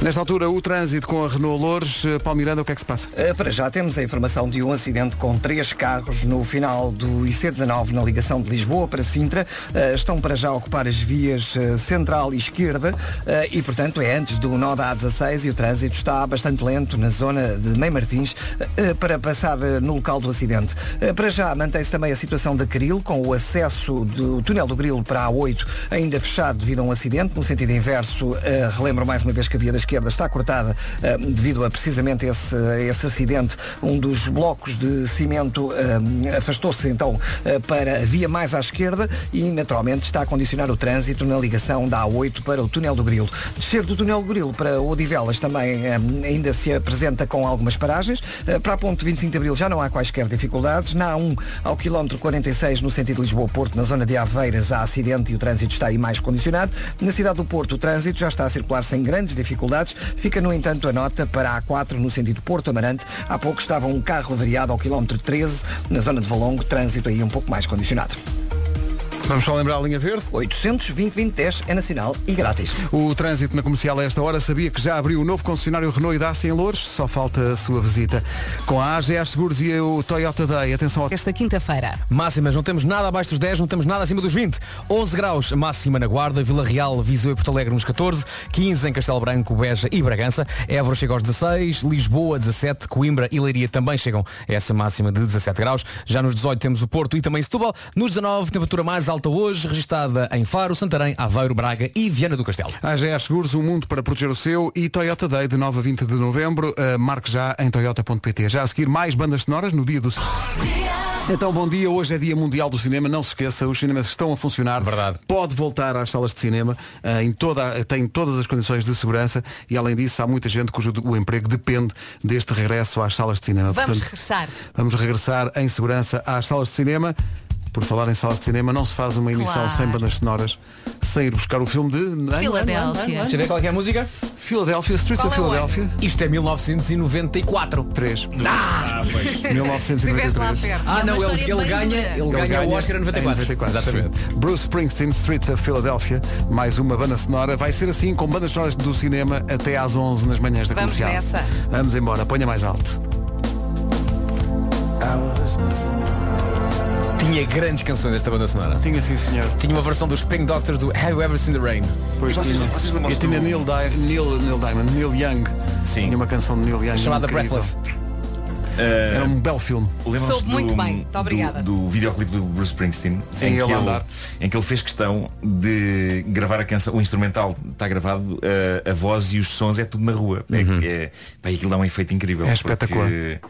[SPEAKER 2] Nesta altura, o trânsito com a Renault Loures. Eh, Paulo Miranda, o que é que se passa?
[SPEAKER 3] Uh, Para já temos a informação de um acidente com três carros no final do IC19 na ligação de Lisboa para Sintra. Uh, Estão para já a ocupar as vias uh, central e esquerda uh, e, portanto, é antes do nó da A16 e o trânsito está bastante lento na zona de Mem Martins uh, uh, para passar uh, no local do acidente. Uh, Para já mantém-se também a situação da Caril com o acesso do túnel do Grilo para a A8 ainda fechado devido a um acidente. No sentido inverso, eh, relembro mais uma vez que a via da esquerda está cortada eh, devido a precisamente esse, esse acidente. Um dos blocos de cimento eh, afastou-se então eh, para a via mais à esquerda e naturalmente está a condicionar o trânsito na ligação da A8 para o túnel do Grilo. Descer do túnel do Grilo para Odivelas também eh, ainda se apresenta com algumas paragens. Eh, Para a ponte 25 de Abril já não há quaisquer dificuldades. Na A1 ao quilómetro 46 no sentido Lisboa-Porto, na zona de Aveiras, há acidente e o trânsito está aí mais condicionado. Na cidade do Porto, o trânsito já está a circular sem grandes dificuldades. Fica, no entanto, a nota para a A4 no sentido Porto-Amarante. Há pouco estava um carro variado ao quilómetro 13, na zona de Valongo, trânsito aí um pouco mais condicionado.
[SPEAKER 2] Vamos só lembrar a linha verde?
[SPEAKER 3] 820-2010 é nacional e grátis.
[SPEAKER 2] O trânsito na comercial a esta hora sabia que já abriu o novo concessionário Renault e Dacia em Loures, só falta a sua visita. Com a AGA Seguros e o Toyota Day, atenção ao...
[SPEAKER 1] Esta quinta-feira.
[SPEAKER 5] Máximas, não temos nada abaixo dos 10, não temos nada acima dos 20. 11 graus máxima na Guarda, Vila Real, Viseu e Porto Alegre nos 14, 15 em Castelo Branco, Beja e Bragança, Évora chega aos 16, Lisboa 17, Coimbra e Leiria também chegam a essa máxima de 17 graus. Já nos 18 temos o Porto e também Setúbal. Nos 19, temperatura mais alta hoje, registada em Faro, Santarém, Aveiro, Braga e Viana do Castelo.
[SPEAKER 2] AGA Seguros, o mundo para proteger o seu e Toyota Day de 9 a 20 de novembro. Eh, marque já em toyota.pt. Já a seguir mais bandas sonoras no dia do... Então, bom dia. Hoje é dia mundial do cinema. Não se esqueça, os cinemas estão a funcionar. Verdade. Pode voltar às salas de cinema. eh, em toda, tem todas as condições de segurança e, além disso, há muita gente cujo o emprego depende deste regresso às salas de cinema.
[SPEAKER 1] Vamos
[SPEAKER 2] Portanto,
[SPEAKER 1] regressar.
[SPEAKER 2] Vamos regressar em segurança às salas de cinema. Por falar em salas de cinema, não se faz uma emissão
[SPEAKER 4] Claro.
[SPEAKER 2] sem bandas sonoras sem ir buscar o filme de... é?
[SPEAKER 4] Filadélfia.
[SPEAKER 5] Deixa eu ver qual é que é a música.
[SPEAKER 2] Filadélfia, Streets
[SPEAKER 1] Qual
[SPEAKER 2] of
[SPEAKER 1] é o
[SPEAKER 2] Philadelphia.
[SPEAKER 5] Isto é 1994.
[SPEAKER 2] 3.
[SPEAKER 7] Ah, pois.
[SPEAKER 2] 1993.
[SPEAKER 5] Ah,
[SPEAKER 4] É
[SPEAKER 5] não,
[SPEAKER 4] uma
[SPEAKER 5] ele,
[SPEAKER 4] história
[SPEAKER 5] ele
[SPEAKER 4] bem
[SPEAKER 5] ganha,
[SPEAKER 4] dura.
[SPEAKER 5] ele, ganha, o Oscar
[SPEAKER 2] É
[SPEAKER 5] em 94. Exatamente.
[SPEAKER 2] sim. Bruce Springsteen, Streets of Philadelphia, mais uma banda sonora. Vai ser assim com bandas sonoras do cinema até às 11 nas manhãs da
[SPEAKER 1] Vamos
[SPEAKER 2] comercial.
[SPEAKER 1] nessa.
[SPEAKER 2] Vamos embora, ponha mais alto.
[SPEAKER 5] Tinha grandes canções desta banda sonora.
[SPEAKER 2] Tinha sim, senhor.
[SPEAKER 5] Tinha uma versão dos Pink Doctors do Have You Ever Seen the Rain?
[SPEAKER 2] Pois
[SPEAKER 7] E vocês-
[SPEAKER 2] tinha.
[SPEAKER 7] vocês lembram-se
[SPEAKER 2] E tinha
[SPEAKER 7] do-
[SPEAKER 2] Neil, Di- Neil, Neil Diamond, Neil Young.
[SPEAKER 7] Sim.
[SPEAKER 2] Tinha uma canção de Neil Young.
[SPEAKER 5] Chamada
[SPEAKER 2] incrível.
[SPEAKER 5] Breathless.
[SPEAKER 7] Eh,
[SPEAKER 2] Era um belo filme.
[SPEAKER 7] Lembram-se
[SPEAKER 1] Soube muito bem. Muito
[SPEAKER 7] do-
[SPEAKER 1] obrigada.
[SPEAKER 7] Do, videoclipe do Bruce Springsteen
[SPEAKER 2] Sim,
[SPEAKER 7] em,
[SPEAKER 2] ele
[SPEAKER 7] que ele,
[SPEAKER 2] a andar.
[SPEAKER 7] em que ele fez questão de gravar a canção O instrumental está gravado A, a voz e os sons é tudo na rua
[SPEAKER 5] Uhum.
[SPEAKER 7] é, é, pá, e aquilo dá um efeito incrível
[SPEAKER 2] É espetacular.
[SPEAKER 7] porque-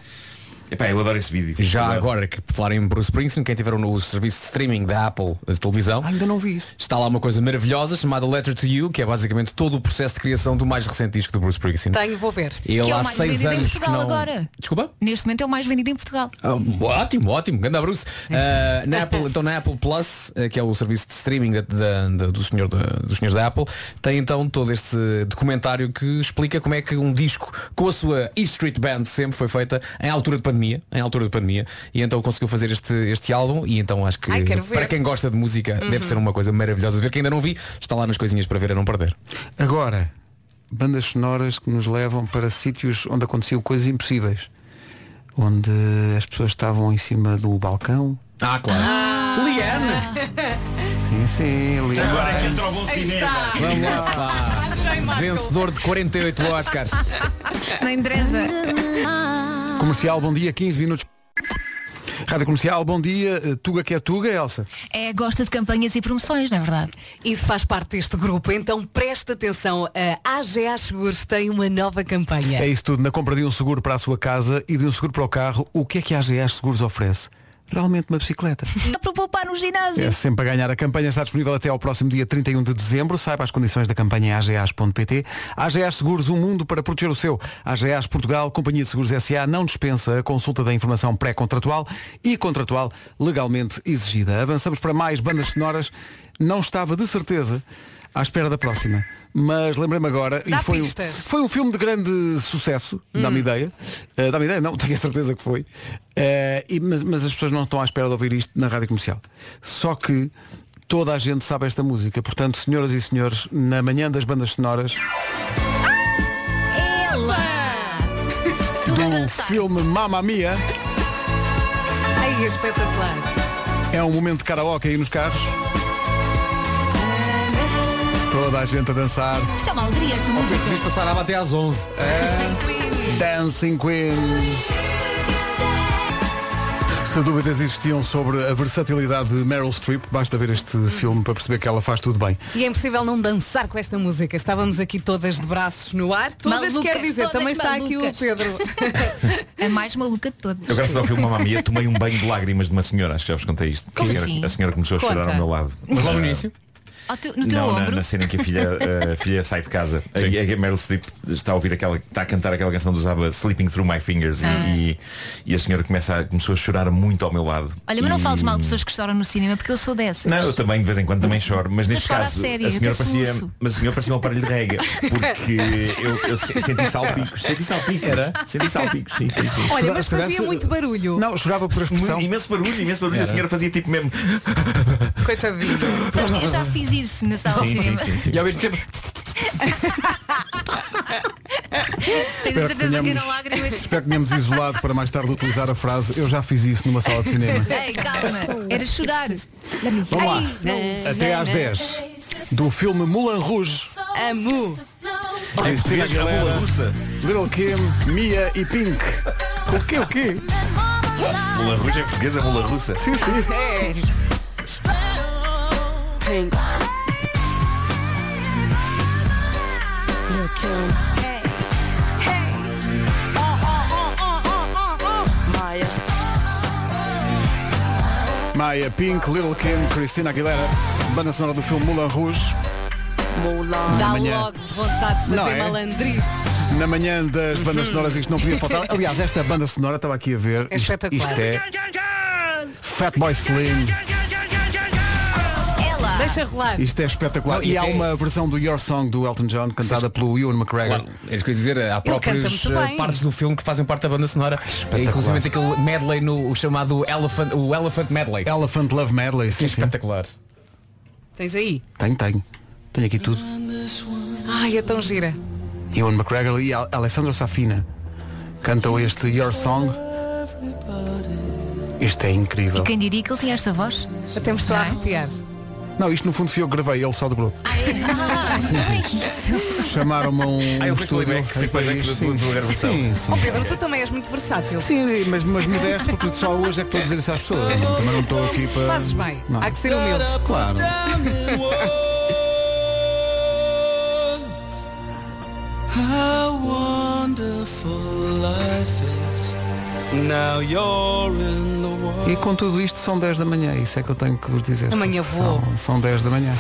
[SPEAKER 7] Epá, eu adoro esse vídeo
[SPEAKER 5] Já agora que falar em Bruce Springsteen, quem tiver o no serviço de streaming da Apple de televisão,
[SPEAKER 2] Ainda não vi isso.
[SPEAKER 5] está lá uma coisa maravilhosa chamada Letter to You, que é basicamente todo o processo de criação do mais recente disco do Bruce Springsteen.
[SPEAKER 1] Tenho, vou ver.
[SPEAKER 4] Que
[SPEAKER 5] Ele
[SPEAKER 4] é o
[SPEAKER 5] há
[SPEAKER 4] mais
[SPEAKER 5] seis
[SPEAKER 4] vendido em
[SPEAKER 5] anos que
[SPEAKER 4] Portugal
[SPEAKER 5] não...
[SPEAKER 4] agora.
[SPEAKER 5] Desculpa?
[SPEAKER 4] Neste momento é o mais vendido em Portugal.
[SPEAKER 5] Ah, ótimo, ótimo, ganda Bruce.
[SPEAKER 1] É.
[SPEAKER 5] Ah, na Apple, então na Apple Plus, eh, que é o serviço de streaming da- da- da- do senhor da, dos senhores da Apple, tem então todo este documentário que explica como é que um disco com a sua E Street Band sempre foi feita em altura de pandemia, em altura de pandemia, e então conseguiu fazer este, este álbum e então acho que
[SPEAKER 1] Ai, quero ver. Uhum.
[SPEAKER 5] para quem gosta de música deve ser uma coisa maravilhosa de ver, que ainda não vi, está lá nas coisinhas para ver a não perder.
[SPEAKER 2] Agora, bandas sonoras que nos levam para sítios onde aconteciam coisas impossíveis. Onde as pessoas estavam em cima do balcão.
[SPEAKER 5] Ah, claro. Liane!
[SPEAKER 2] Sim, sim, ali.
[SPEAKER 7] Agora é que entra o bom
[SPEAKER 1] Aí
[SPEAKER 7] cinema
[SPEAKER 1] está.
[SPEAKER 5] Vamos lá, pá. Vencedor de 48 Oscars.
[SPEAKER 4] Não interessa.
[SPEAKER 2] Comercial, bom dia, 15 minutos. Rádio Comercial, bom dia. Eh, Tuga que é Tuga, Elsa.
[SPEAKER 4] É, gosta de campanhas e promoções, não é verdade?
[SPEAKER 1] Isso faz parte deste grupo, então presta atenção. A AGA Seguros tem uma nova campanha.
[SPEAKER 2] É isso tudo. Na compra de um seguro para a sua casa e de um seguro para o carro, o que é que a AGS Seguros oferece? Realmente uma bicicleta.
[SPEAKER 4] É para poupar no ginásio.
[SPEAKER 2] É sempre a ganhar. A campanha está disponível até ao próximo dia 31 de dezembro. Saiba as condições da campanha em agas.pt. AGAs Seguros, um mundo para proteger o seu. AGAs Portugal, Companhia de Seguros SA, não dispensa a consulta da informação pré-contratual e contratual legalmente exigida. Avançamos para mais bandas sonoras. Não estava de certeza à espera da próxima. Mas lembrei-me agora,
[SPEAKER 1] Dá
[SPEAKER 2] e foi, um-
[SPEAKER 1] pistas. Hum.
[SPEAKER 2] foi um filme de grande sucesso, dá-me ideia. Eh, dá-me ideia, não, tenho a certeza que foi. Eh, e- mas, mas as pessoas não estão à espera de ouvir isto na rádio comercial. Só que toda a gente sabe esta música. Portanto, senhoras e senhores, na manhã das bandas sonoras. filme Mamma Mia.
[SPEAKER 1] Ai, espetacular.
[SPEAKER 2] É um momento de karaoke aí nos carros. Toda a gente a dançar.
[SPEAKER 4] Isto é uma alegria, esta
[SPEAKER 5] Diz
[SPEAKER 4] música.
[SPEAKER 5] passarava até às É, 11.
[SPEAKER 2] Dancing Queen. Se dúvidas existiam sobre a versatilidade de Meryl Streep, basta ver este filme para perceber que ela faz tudo bem.
[SPEAKER 1] E é impossível não dançar com esta música. Estávamos aqui todas de braços no ar. Todas
[SPEAKER 4] Malucas,
[SPEAKER 1] quer dizer,
[SPEAKER 4] todas
[SPEAKER 1] também está aqui o
[SPEAKER 4] malucas.
[SPEAKER 1] Pedro.
[SPEAKER 4] A mais maluca de
[SPEAKER 7] Eu
[SPEAKER 4] todas.
[SPEAKER 7] graças ao filme Mamma Mia tomei um banho de lágrimas de uma senhora, acho que já vos contei isto.
[SPEAKER 4] Como
[SPEAKER 7] a, senhora,
[SPEAKER 4] assim?
[SPEAKER 7] a senhora começou a chorar
[SPEAKER 1] Conta.
[SPEAKER 7] ao meu lado.
[SPEAKER 5] Mas logo no
[SPEAKER 7] Ah,
[SPEAKER 5] início.
[SPEAKER 4] Ao teu- no teu
[SPEAKER 7] não, na-
[SPEAKER 4] ombro.
[SPEAKER 7] Na, cena em que a filha, a filha sai de casa. A, a Meryl Streep está a ouvir aquela, está a cantar aquela canção dos ABBA Sleeping Through My Fingers e-
[SPEAKER 4] Ah.
[SPEAKER 7] e, e a senhora começa a- começou a chorar muito ao meu lado.
[SPEAKER 4] Olha, mas não
[SPEAKER 7] E-
[SPEAKER 4] fales mal de pessoas que choram no cinema, porque eu sou dessas.
[SPEAKER 7] Não, eu também de vez em quando também choro, mas
[SPEAKER 4] Eu
[SPEAKER 7] neste
[SPEAKER 4] choro a
[SPEAKER 7] caso
[SPEAKER 4] sério,
[SPEAKER 7] a
[SPEAKER 4] eu
[SPEAKER 7] senhora
[SPEAKER 4] tenho
[SPEAKER 7] parecia,
[SPEAKER 4] soluço.
[SPEAKER 7] mas a senhora parecia um aparelho de rega, porque eu, eu se- senti salpicos, senti salpicos, era? Senti salpicos, sim, sim, sim.
[SPEAKER 1] Olha, mas fazia muito barulho.
[SPEAKER 2] Não, chorava por expressão.
[SPEAKER 7] Muito- imenso barulho, imenso barulho. A senhora fazia tipo mesmo.
[SPEAKER 1] Coitadinho.
[SPEAKER 4] Sabes que eu já fiz isso na sala de cinema.
[SPEAKER 5] E ao mesmo tempo,
[SPEAKER 4] Tenho a
[SPEAKER 2] que
[SPEAKER 4] certeza que eram
[SPEAKER 2] tenhamos-
[SPEAKER 4] lágrimas.
[SPEAKER 2] Espero que tenhamos isolado para mais tarde utilizar a frase Eu já fiz isso numa sala de cinema.
[SPEAKER 4] Ei, calma, era chorar.
[SPEAKER 2] Vamos lá. Até às 10. Do filme Moulin Rouge.
[SPEAKER 1] Amo.
[SPEAKER 2] Cristina
[SPEAKER 7] a bola
[SPEAKER 2] Aguilera,
[SPEAKER 7] russa.
[SPEAKER 2] Little Kim, Mia e Pink. O quê? O quê?
[SPEAKER 7] Mula russa é portuguesa, mula russa.
[SPEAKER 2] Sim, sim. Maya Pink, Little Kim, Cristina Aguilera, banda sonora do filme Moulin Rouge,
[SPEAKER 1] Dá
[SPEAKER 2] Amanhã.
[SPEAKER 1] logo vontade de
[SPEAKER 2] Não
[SPEAKER 1] fazer
[SPEAKER 2] é?
[SPEAKER 1] malandrice.
[SPEAKER 2] na manhã das bandas sonoras isto não podia faltar. Aliás, esta banda sonora estava aqui a ver.
[SPEAKER 1] É
[SPEAKER 2] Isto,
[SPEAKER 1] espetacular.
[SPEAKER 2] isto é Fatboy Slim,
[SPEAKER 4] Ela.
[SPEAKER 1] Deixa rolar.
[SPEAKER 2] isto é espetacular.
[SPEAKER 5] Não, e
[SPEAKER 2] e há
[SPEAKER 5] até-
[SPEAKER 2] uma versão do Your Song do Elton John cantada pelo Ewan McGregor.
[SPEAKER 5] claro, eles querem dizer, há próprios
[SPEAKER 1] canta muito
[SPEAKER 5] eh,
[SPEAKER 1] bem.
[SPEAKER 5] partes do filme que fazem parte da banda sonora. Inclusive aquele medley no o chamado Elephant, o Elephant Medley. Que
[SPEAKER 2] Elephant Love Medley.
[SPEAKER 5] é
[SPEAKER 2] Sim, sim.
[SPEAKER 5] espetacular.
[SPEAKER 1] Tens aí.
[SPEAKER 2] Tenho, tenho. Tenho aqui tudo.
[SPEAKER 1] Ai, é tão gira.
[SPEAKER 2] Ewan McGregor e Al- Alessandro Safina cantam este Your Song. Isto é incrível.
[SPEAKER 4] Quem diria que ele tinha esta voz?
[SPEAKER 1] Até me estou a arrepiar.
[SPEAKER 2] Não, isto no fundo fui eu que gravei, ele só dobrou.
[SPEAKER 4] Ah, então é isso.
[SPEAKER 2] Chamaram-me a um,
[SPEAKER 7] Ah, eu
[SPEAKER 2] um
[SPEAKER 7] fiz
[SPEAKER 2] estúdio.
[SPEAKER 7] playback, fiz
[SPEAKER 2] em
[SPEAKER 7] playback
[SPEAKER 2] Paris,
[SPEAKER 7] da tua-
[SPEAKER 2] sim.
[SPEAKER 7] tua gravação.
[SPEAKER 2] Sim, sim.
[SPEAKER 1] Oh Pedro, tu também és muito versátil.
[SPEAKER 2] Sim, mas, mas modesto, porque só hoje é que estou a dizer isso às pessoas. Também não estou aqui para.
[SPEAKER 1] Uhum. Fazes bem.
[SPEAKER 2] Não.
[SPEAKER 1] Há que ser humilde.
[SPEAKER 2] Claro.
[SPEAKER 9] How wonderful life is. Now you're in the world.
[SPEAKER 2] E com tudo isto são 10 da manhã, isso é que eu tenho que vos dizer.
[SPEAKER 1] Amanhã vou.
[SPEAKER 2] São, são 10 da manhã.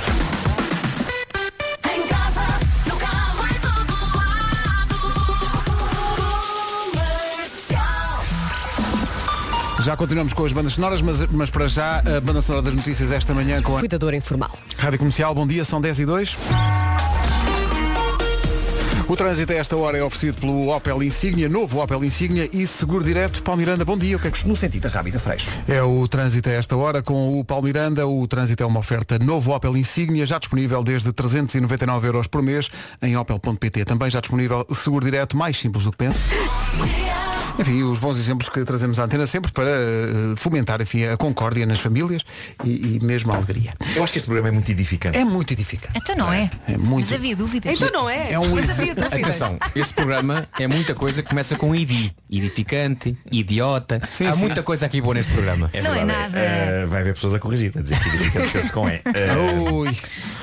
[SPEAKER 2] Já continuamos com as bandas sonoras, mas, mas para já a banda sonora das notícias esta manhã com a
[SPEAKER 6] Cuidador informal.
[SPEAKER 2] Rádio Comercial. Bom dia, são 10 e 2. O trânsito a esta hora é oferecido pelo Opel Insignia, novo Opel Insignia e Seguro Direto. Paulo Miranda, bom dia. O que é que
[SPEAKER 3] No sentido da Rábida Freixo.
[SPEAKER 2] É o trânsito a esta hora com o Palmiranda. O trânsito é uma oferta novo Opel Insignia, já disponível desde 399 euros por mês em opel.pt. Também já disponível seguro direto, mais simples do que pensa. Enfim, os bons exemplos que trazemos à antena sempre para eh, fomentar enfim, a concórdia nas famílias e, e mesmo a alegria.
[SPEAKER 7] Eu acho que este programa é muito edificante.
[SPEAKER 2] É muito edificante.
[SPEAKER 4] Então não é.
[SPEAKER 2] É muito.
[SPEAKER 4] Mas havia dúvidas.
[SPEAKER 1] Então não é.
[SPEAKER 2] É um
[SPEAKER 1] Mas
[SPEAKER 2] ex-
[SPEAKER 1] havia dúvidas.
[SPEAKER 5] Atenção, este programa é muita coisa que começa com ID. Edificante, idiota. Há muita coisa aqui boa neste programa.
[SPEAKER 4] Não é
[SPEAKER 7] verdade,
[SPEAKER 4] nada.
[SPEAKER 7] Eh, vai haver pessoas a corrigir, a dizer que edificante escreve-se com E.
[SPEAKER 5] É.
[SPEAKER 7] Eh,
[SPEAKER 5] Oh.
[SPEAKER 2] Ui.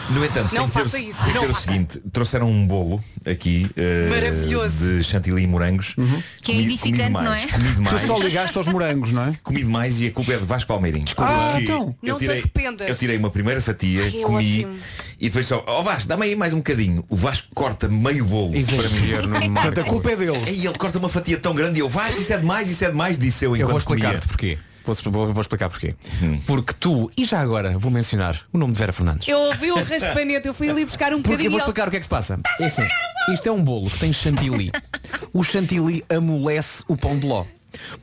[SPEAKER 7] No entanto,
[SPEAKER 1] Não
[SPEAKER 7] tem que
[SPEAKER 1] faça
[SPEAKER 7] dizer,
[SPEAKER 1] isso,
[SPEAKER 7] tem
[SPEAKER 1] não
[SPEAKER 7] que dizer o
[SPEAKER 1] faça.
[SPEAKER 7] seguinte, trouxeram um bolo aqui eh,
[SPEAKER 1] Maravilhoso.
[SPEAKER 7] de chantilly e morangos.
[SPEAKER 4] Que é
[SPEAKER 7] Comi-
[SPEAKER 4] edificante,
[SPEAKER 7] comi
[SPEAKER 4] não
[SPEAKER 7] demais,
[SPEAKER 4] é?
[SPEAKER 7] Comi
[SPEAKER 2] Tu só
[SPEAKER 7] demais,
[SPEAKER 2] ligaste aos morangos, não é?
[SPEAKER 7] comi demais e a culpa é de Vasco Palmeirinho. Desculpa.
[SPEAKER 2] Ah,
[SPEAKER 7] porque
[SPEAKER 2] então.
[SPEAKER 7] eu
[SPEAKER 1] Não te
[SPEAKER 7] tirei-
[SPEAKER 1] arrependas.
[SPEAKER 7] Eu tirei uma primeira fatia,
[SPEAKER 1] Ai, é
[SPEAKER 7] comi
[SPEAKER 1] ótimo.
[SPEAKER 7] e depois só, ó Vasco, dá-me aí mais um bocadinho. O Vasco corta meio bolo para mim.
[SPEAKER 5] Exagero no
[SPEAKER 2] Portanto, a
[SPEAKER 5] Marco.
[SPEAKER 2] culpa é dele.
[SPEAKER 7] E ele corta uma fatia tão grande e eu, Vasco, isso é demais, isso é demais, disse eu enquanto
[SPEAKER 5] Eu vou
[SPEAKER 7] comia.
[SPEAKER 5] explicar-te porquê. Vou, vou- vou explicar porquê. Porque tu, e já agora vou mencionar o nome de Vera Fernandes.
[SPEAKER 1] Eu ouvi o raspanete, eu fui ali buscar um
[SPEAKER 5] Porque eu
[SPEAKER 1] bocadinho.
[SPEAKER 5] vou explicar o que é que se passa. É assim, isto é um bolo que tem chantilly. O chantilly amolece o pão de ló.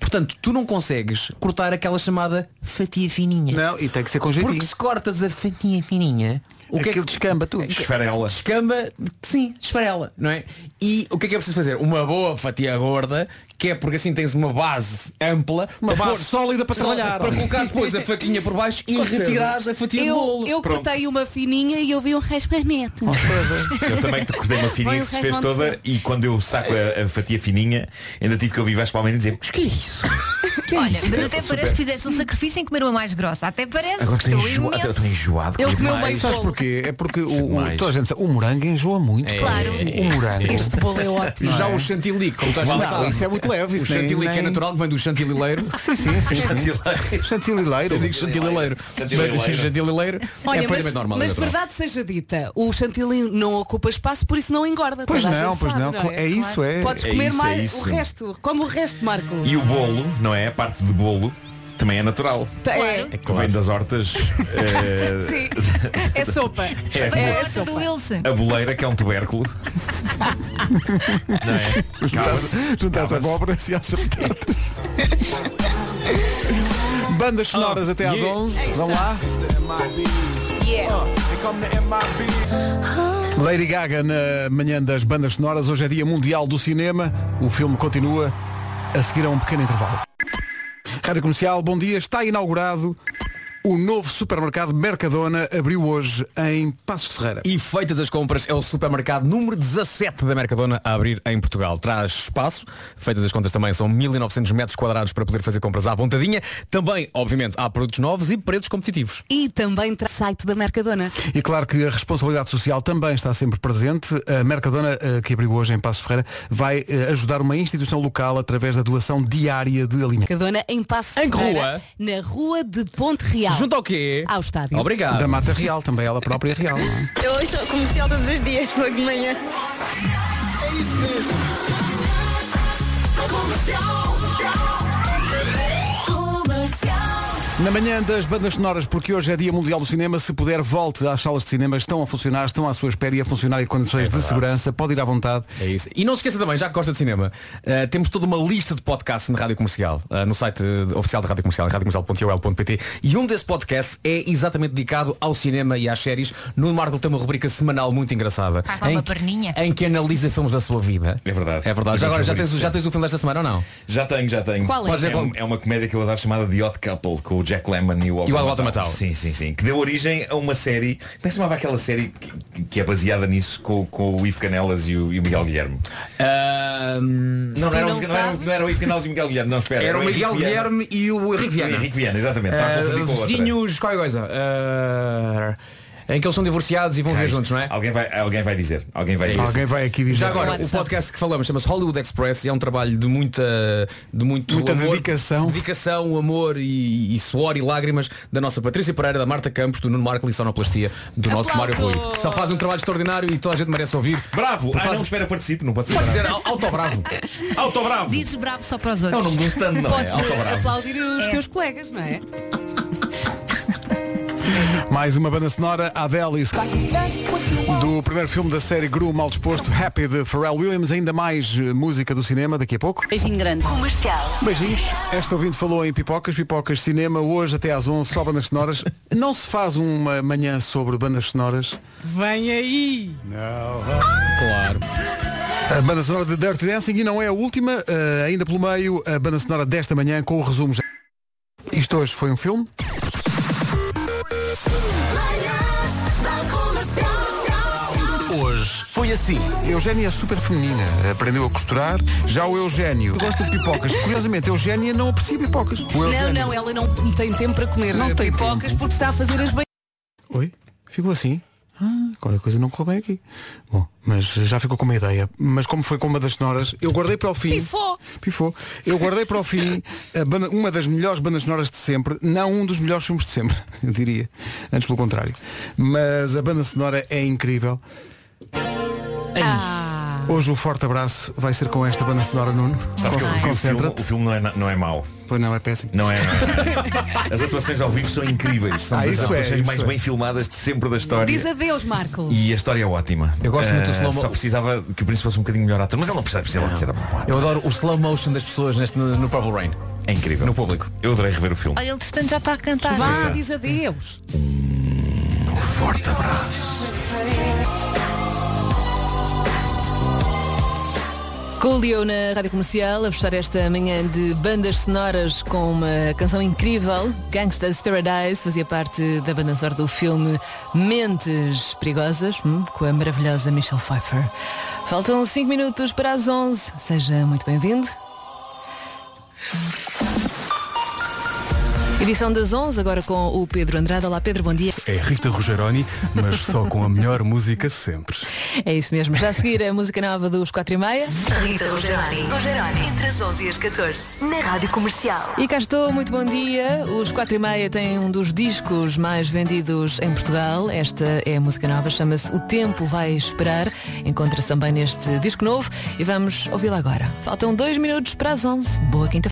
[SPEAKER 5] Portanto, tu não consegues cortar aquela chamada fatia fininha.
[SPEAKER 2] Não, e tem que ser com jeitinho.
[SPEAKER 5] Porque se cortas a fatia fininha,
[SPEAKER 10] O que é que
[SPEAKER 2] descamba tudo?
[SPEAKER 5] Esfarela. Descamba, sim, esfarela, não é? E o que é que é preciso fazer? Uma boa fatia gorda, que é porque assim tens uma base ampla,
[SPEAKER 10] Uma base
[SPEAKER 5] pôr-
[SPEAKER 10] sólida para
[SPEAKER 5] só-
[SPEAKER 10] trabalhar.
[SPEAKER 5] Para colocar depois a faquinha por baixo e
[SPEAKER 10] Com certeza.
[SPEAKER 5] retirares a fatia
[SPEAKER 1] eu,
[SPEAKER 5] do bolo.
[SPEAKER 1] Eu cortei uma fininha e eu vi um raspamento.
[SPEAKER 7] Eu também cortei uma
[SPEAKER 1] Vai,
[SPEAKER 7] fininha que
[SPEAKER 1] o
[SPEAKER 7] se
[SPEAKER 1] resto
[SPEAKER 7] fez
[SPEAKER 1] não
[SPEAKER 7] toda e quando eu saco a, a fatia fininha, ainda tive que ouvir Vasco Palmeiras dizer, mas o que é isso?
[SPEAKER 4] Olha,
[SPEAKER 7] isso?
[SPEAKER 4] mas até
[SPEAKER 7] Super.
[SPEAKER 4] parece que fizeste um sacrifício em comer uma mais grossa. Até parece
[SPEAKER 2] Agora
[SPEAKER 4] que
[SPEAKER 2] estou
[SPEAKER 4] estou
[SPEAKER 2] enjoado,
[SPEAKER 4] imenso.
[SPEAKER 2] eu estou
[SPEAKER 7] enjoado.
[SPEAKER 4] Ele
[SPEAKER 2] com
[SPEAKER 4] comeu
[SPEAKER 2] demais.
[SPEAKER 4] meio
[SPEAKER 2] Sabes
[SPEAKER 4] bolo.
[SPEAKER 2] porquê? É porque o, o,
[SPEAKER 10] Demais.
[SPEAKER 2] toda a gente sabe, o morango enjoa muito.
[SPEAKER 10] É.
[SPEAKER 2] pá.
[SPEAKER 10] Claro.
[SPEAKER 2] O morango.
[SPEAKER 10] Este
[SPEAKER 1] bolo é ótimo.
[SPEAKER 10] Já
[SPEAKER 2] Não é?
[SPEAKER 10] o chantilly, como toda a
[SPEAKER 2] Não,
[SPEAKER 10] gente sabe.
[SPEAKER 2] isso é muito leve,
[SPEAKER 10] O
[SPEAKER 2] isso nem-
[SPEAKER 10] chantilly que é
[SPEAKER 2] nem-
[SPEAKER 10] natural, que vem do chantilileiro.
[SPEAKER 2] Sim, sim, sim.
[SPEAKER 10] Chantileiro.
[SPEAKER 2] Chantilileiro.
[SPEAKER 10] Eu digo chantileileiro.
[SPEAKER 2] Chantileileiro.
[SPEAKER 10] Mas Chantileileiro é
[SPEAKER 1] Olha, mas,
[SPEAKER 10] perfeitamente normal.
[SPEAKER 1] mas
[SPEAKER 10] é natural.
[SPEAKER 1] verdade seja dita, o chantilly não ocupa espaço, por isso não engorda.
[SPEAKER 2] Pois
[SPEAKER 1] Toda a
[SPEAKER 2] não,
[SPEAKER 1] gente
[SPEAKER 2] pois
[SPEAKER 1] sabe,
[SPEAKER 2] não. É isso, é.
[SPEAKER 1] Podes
[SPEAKER 7] É
[SPEAKER 1] comer
[SPEAKER 7] isso, é
[SPEAKER 1] mais o
[SPEAKER 7] isso.
[SPEAKER 1] resto, como o resto, Marco.
[SPEAKER 7] E o bolo, não é? A parte de bolo também é natural.
[SPEAKER 1] Tá, é.
[SPEAKER 7] É que vem das hortas. eh,
[SPEAKER 1] Sim, é sopa.
[SPEAKER 7] É.
[SPEAKER 4] Vem da
[SPEAKER 7] É
[SPEAKER 4] horta do Wilson.
[SPEAKER 7] A boleira que é um tubérculo. Não é? Cala-se,
[SPEAKER 2] Juntas
[SPEAKER 7] cala-se.
[SPEAKER 2] abóboras e achas batatas. Bandas sonoras até às 11. Vamos lá. Lady Gaga na manhã das bandas sonoras. Hoje é dia mundial do cinema. O filme continua a seguir a um pequeno intervalo. Rádio Comercial, bom dia. Está inaugurado o novo supermercado Mercadona. Abriu hoje em Passos de Ferreira.
[SPEAKER 5] E feitas as compras, é o supermercado número 17 da Mercadona a abrir em Portugal. Traz espaço, feitas as contas também são 1900 metros quadrados para poder fazer compras à vontadinha. Também, obviamente, há produtos novos e preços competitivos.
[SPEAKER 1] E também traz site da Mercadona.
[SPEAKER 2] E claro que a responsabilidade social também está sempre presente. A Mercadona, eh, que abriu hoje em Passo Ferreira, vai eh, ajudar uma instituição local através da doação diária de alimentos.
[SPEAKER 1] Mercadona em Passo
[SPEAKER 2] Em que
[SPEAKER 1] Ferreira, Na rua de Ponte Real.
[SPEAKER 2] Junto
[SPEAKER 5] ao quê?
[SPEAKER 1] Ao estádio.
[SPEAKER 2] Da Mata Real, também ela própria é real. não é?
[SPEAKER 11] Eu ouço a comercial todos os dias, logo de manhã. É isso mesmo.
[SPEAKER 2] Na manhã das bandas sonoras, porque hoje é Dia Mundial do Cinema, se puder, volte às salas de cinema, estão a funcionar, estão à sua espera e a funcionar em condições de segurança, pode ir à vontade.
[SPEAKER 5] É isso. E não se esqueça também, já que gosta de cinema, eh, temos toda uma lista de podcasts na Rádio Comercial, eh, no site eh, oficial da Rádio Comercial, em radiocomercial.ol.pt e um desses podcasts é exatamente dedicado ao cinema e às séries. No Marco tem uma rubrica semanal muito engraçada.
[SPEAKER 4] Faz lá
[SPEAKER 5] em
[SPEAKER 4] uma
[SPEAKER 5] que-
[SPEAKER 4] perninha.
[SPEAKER 5] em que analisa filmes da sua vida.
[SPEAKER 7] É verdade.
[SPEAKER 5] É verdade. Já agora já tens, o- já tens o filme desta semana ou não?
[SPEAKER 7] Já tenho, já tenho.
[SPEAKER 5] Qual é? Podes dizer
[SPEAKER 7] É,
[SPEAKER 5] qual-
[SPEAKER 7] um- é uma comédia que eu adoro chamada The Odd Couple, com o Jack Lemmon e o Walter,
[SPEAKER 5] E o Walter
[SPEAKER 7] Matthau.
[SPEAKER 5] Matthau.
[SPEAKER 7] Sim, sim, sim. Que deu origem a uma série. Como é que se chamava aquela série que, que é baseada nisso com, com o Ivo Canelas e o, e o Miguel Guilherme? não, não, era, o- não, era, não era o Ivo Canelas e o Miguel Guilherme, não, espera.
[SPEAKER 5] Era o
[SPEAKER 7] Henrique
[SPEAKER 5] Miguel
[SPEAKER 7] Viana.
[SPEAKER 5] Guilherme e o Henrique Viana.
[SPEAKER 7] O Henrique Viana, Ah, exatamente. Estava a
[SPEAKER 5] Eh,
[SPEAKER 7] confundir com a outra.
[SPEAKER 5] vizinhos, qual é a coisa? Eh, em que eles são divorciados e vão ver juntos, não é?
[SPEAKER 7] Alguém vai, alguém vai dizer. Alguém vai dizer.
[SPEAKER 2] Alguém vai aqui dizer.
[SPEAKER 5] Já agora, o podcast que falamos chama-se Hollywood Express e é um trabalho de muita de muito
[SPEAKER 2] Muita
[SPEAKER 5] amor,
[SPEAKER 2] dedicação.
[SPEAKER 5] dedicação, amor e, e suor e lágrimas da nossa Patrícia Pereira, da Marta Campos, do Nuno Marco e Sonoplastia, do nosso Mário Rui, que só faz um trabalho extraordinário e toda a gente merece ouvir.
[SPEAKER 7] Bravo!
[SPEAKER 5] Por
[SPEAKER 7] Ah,
[SPEAKER 5] faz-
[SPEAKER 7] não, espera, participo, não pode ser.
[SPEAKER 5] Pode
[SPEAKER 7] bravo.
[SPEAKER 5] ser autobravo.
[SPEAKER 7] Autobravo!
[SPEAKER 4] Dizes bravo só para os outros.
[SPEAKER 7] É o nome de um stand, não é?
[SPEAKER 4] Podes-
[SPEAKER 7] Autobravo.
[SPEAKER 1] Aplaudir os teus colegas, não é?
[SPEAKER 2] Mais uma banda sonora, Adele e do primeiro filme da série Gru Mal Disposto, Happy de Pharrell Williams, ainda mais eh, música do cinema daqui a pouco.
[SPEAKER 11] Beijinho grande. Comercial.
[SPEAKER 2] Beijinhos. Este ouvinte falou em pipocas, pipocas cinema, hoje até às 11, só bandas sonoras. Não se faz uma manhã sobre bandas sonoras.
[SPEAKER 1] Vem aí!
[SPEAKER 5] Claro.
[SPEAKER 2] A banda sonora de Dirty Dancing e não é a última, eh, ainda pelo meio, a banda sonora desta manhã com o resumo. já. Isto hoje foi um filme. Hoje foi assim. Eugénia é super feminina, aprendeu a costurar. Já o Eugénio gosta de pipocas. Curiosamente, Eugénia não aprecia pipocas. O
[SPEAKER 1] Não,
[SPEAKER 2] Eugénio-
[SPEAKER 1] não, ela não tem tempo para comer
[SPEAKER 2] Não tem
[SPEAKER 1] pipocas porque está a fazer as bem.
[SPEAKER 2] Oi? Ficou assim? Ah, qualquer coisa não ficou bem aqui. Bom, mas já ficou com uma ideia. Mas como foi com uma das sonoras, eu guardei para o fim.
[SPEAKER 1] Pifou!
[SPEAKER 2] Pifou. Eu guardei para o fim a banda- uma das melhores bandas sonoras de sempre, não um dos melhores filmes de sempre, eu diria. Antes pelo contrário. Mas a banda sonora é incrível.
[SPEAKER 1] Ah.
[SPEAKER 2] Hoje o forte abraço vai ser com esta banda sonora, Nuno.
[SPEAKER 7] Sabes que
[SPEAKER 2] Con-
[SPEAKER 7] o- o, filme,
[SPEAKER 2] Concentra-te.
[SPEAKER 7] o filme não é, na- não é mau.
[SPEAKER 2] Pois não, é péssimo.
[SPEAKER 7] Não é, não é. As atuações ao vivo são incríveis. São
[SPEAKER 2] Ah,
[SPEAKER 7] das
[SPEAKER 2] isso é,
[SPEAKER 7] atuações
[SPEAKER 2] isso
[SPEAKER 7] mais
[SPEAKER 2] é.
[SPEAKER 7] bem filmadas de sempre da história.
[SPEAKER 1] Diz adeus, Marco.
[SPEAKER 7] E a história é ótima.
[SPEAKER 5] Eu gosto muito do
[SPEAKER 7] Ah,
[SPEAKER 5] slow-mo.
[SPEAKER 7] Só precisava que o príncipe fosse um bocadinho melhor ator, mas ele não precisa, precisa de ser bom ator.
[SPEAKER 5] Eu adoro o slow motion das pessoas neste, no, no Purple Rain.
[SPEAKER 7] É incrível.
[SPEAKER 5] No público.
[SPEAKER 7] Eu adorei rever o filme.
[SPEAKER 4] Olha, ele entretanto já está a cantar.
[SPEAKER 1] Vá, diz adeus.
[SPEAKER 2] Forte abraço.
[SPEAKER 6] Com o Leo na Rádio Comercial, a fechar esta manhã de bandas sonoras com uma canção incrível, Gangsta's Paradise, fazia parte da banda sonora do filme Mentes Perigosas, hum, com a maravilhosa Michelle Pfeiffer. Faltam 5 minutos para as 11. Seja muito bem-vindo. Edição das 11, agora com o Pedro Andrade. Olá, Pedro, bom dia.
[SPEAKER 12] É Rita Rogeroni, mas só com a melhor música sempre.
[SPEAKER 6] É isso mesmo. Já a seguir a música nova dos 4 e meia.
[SPEAKER 13] Rita Rogeroni. Rogeroni. Entre as 11 e as 14. Na Rádio Comercial.
[SPEAKER 6] E cá estou, muito bom dia. Os 4 e meia têm um dos discos mais vendidos em Portugal. Esta é a música nova, chama-se O Tempo Vai Esperar. Encontra-se também neste disco novo e vamos ouvi-la agora. Faltam dois minutos para as 11. Boa quinta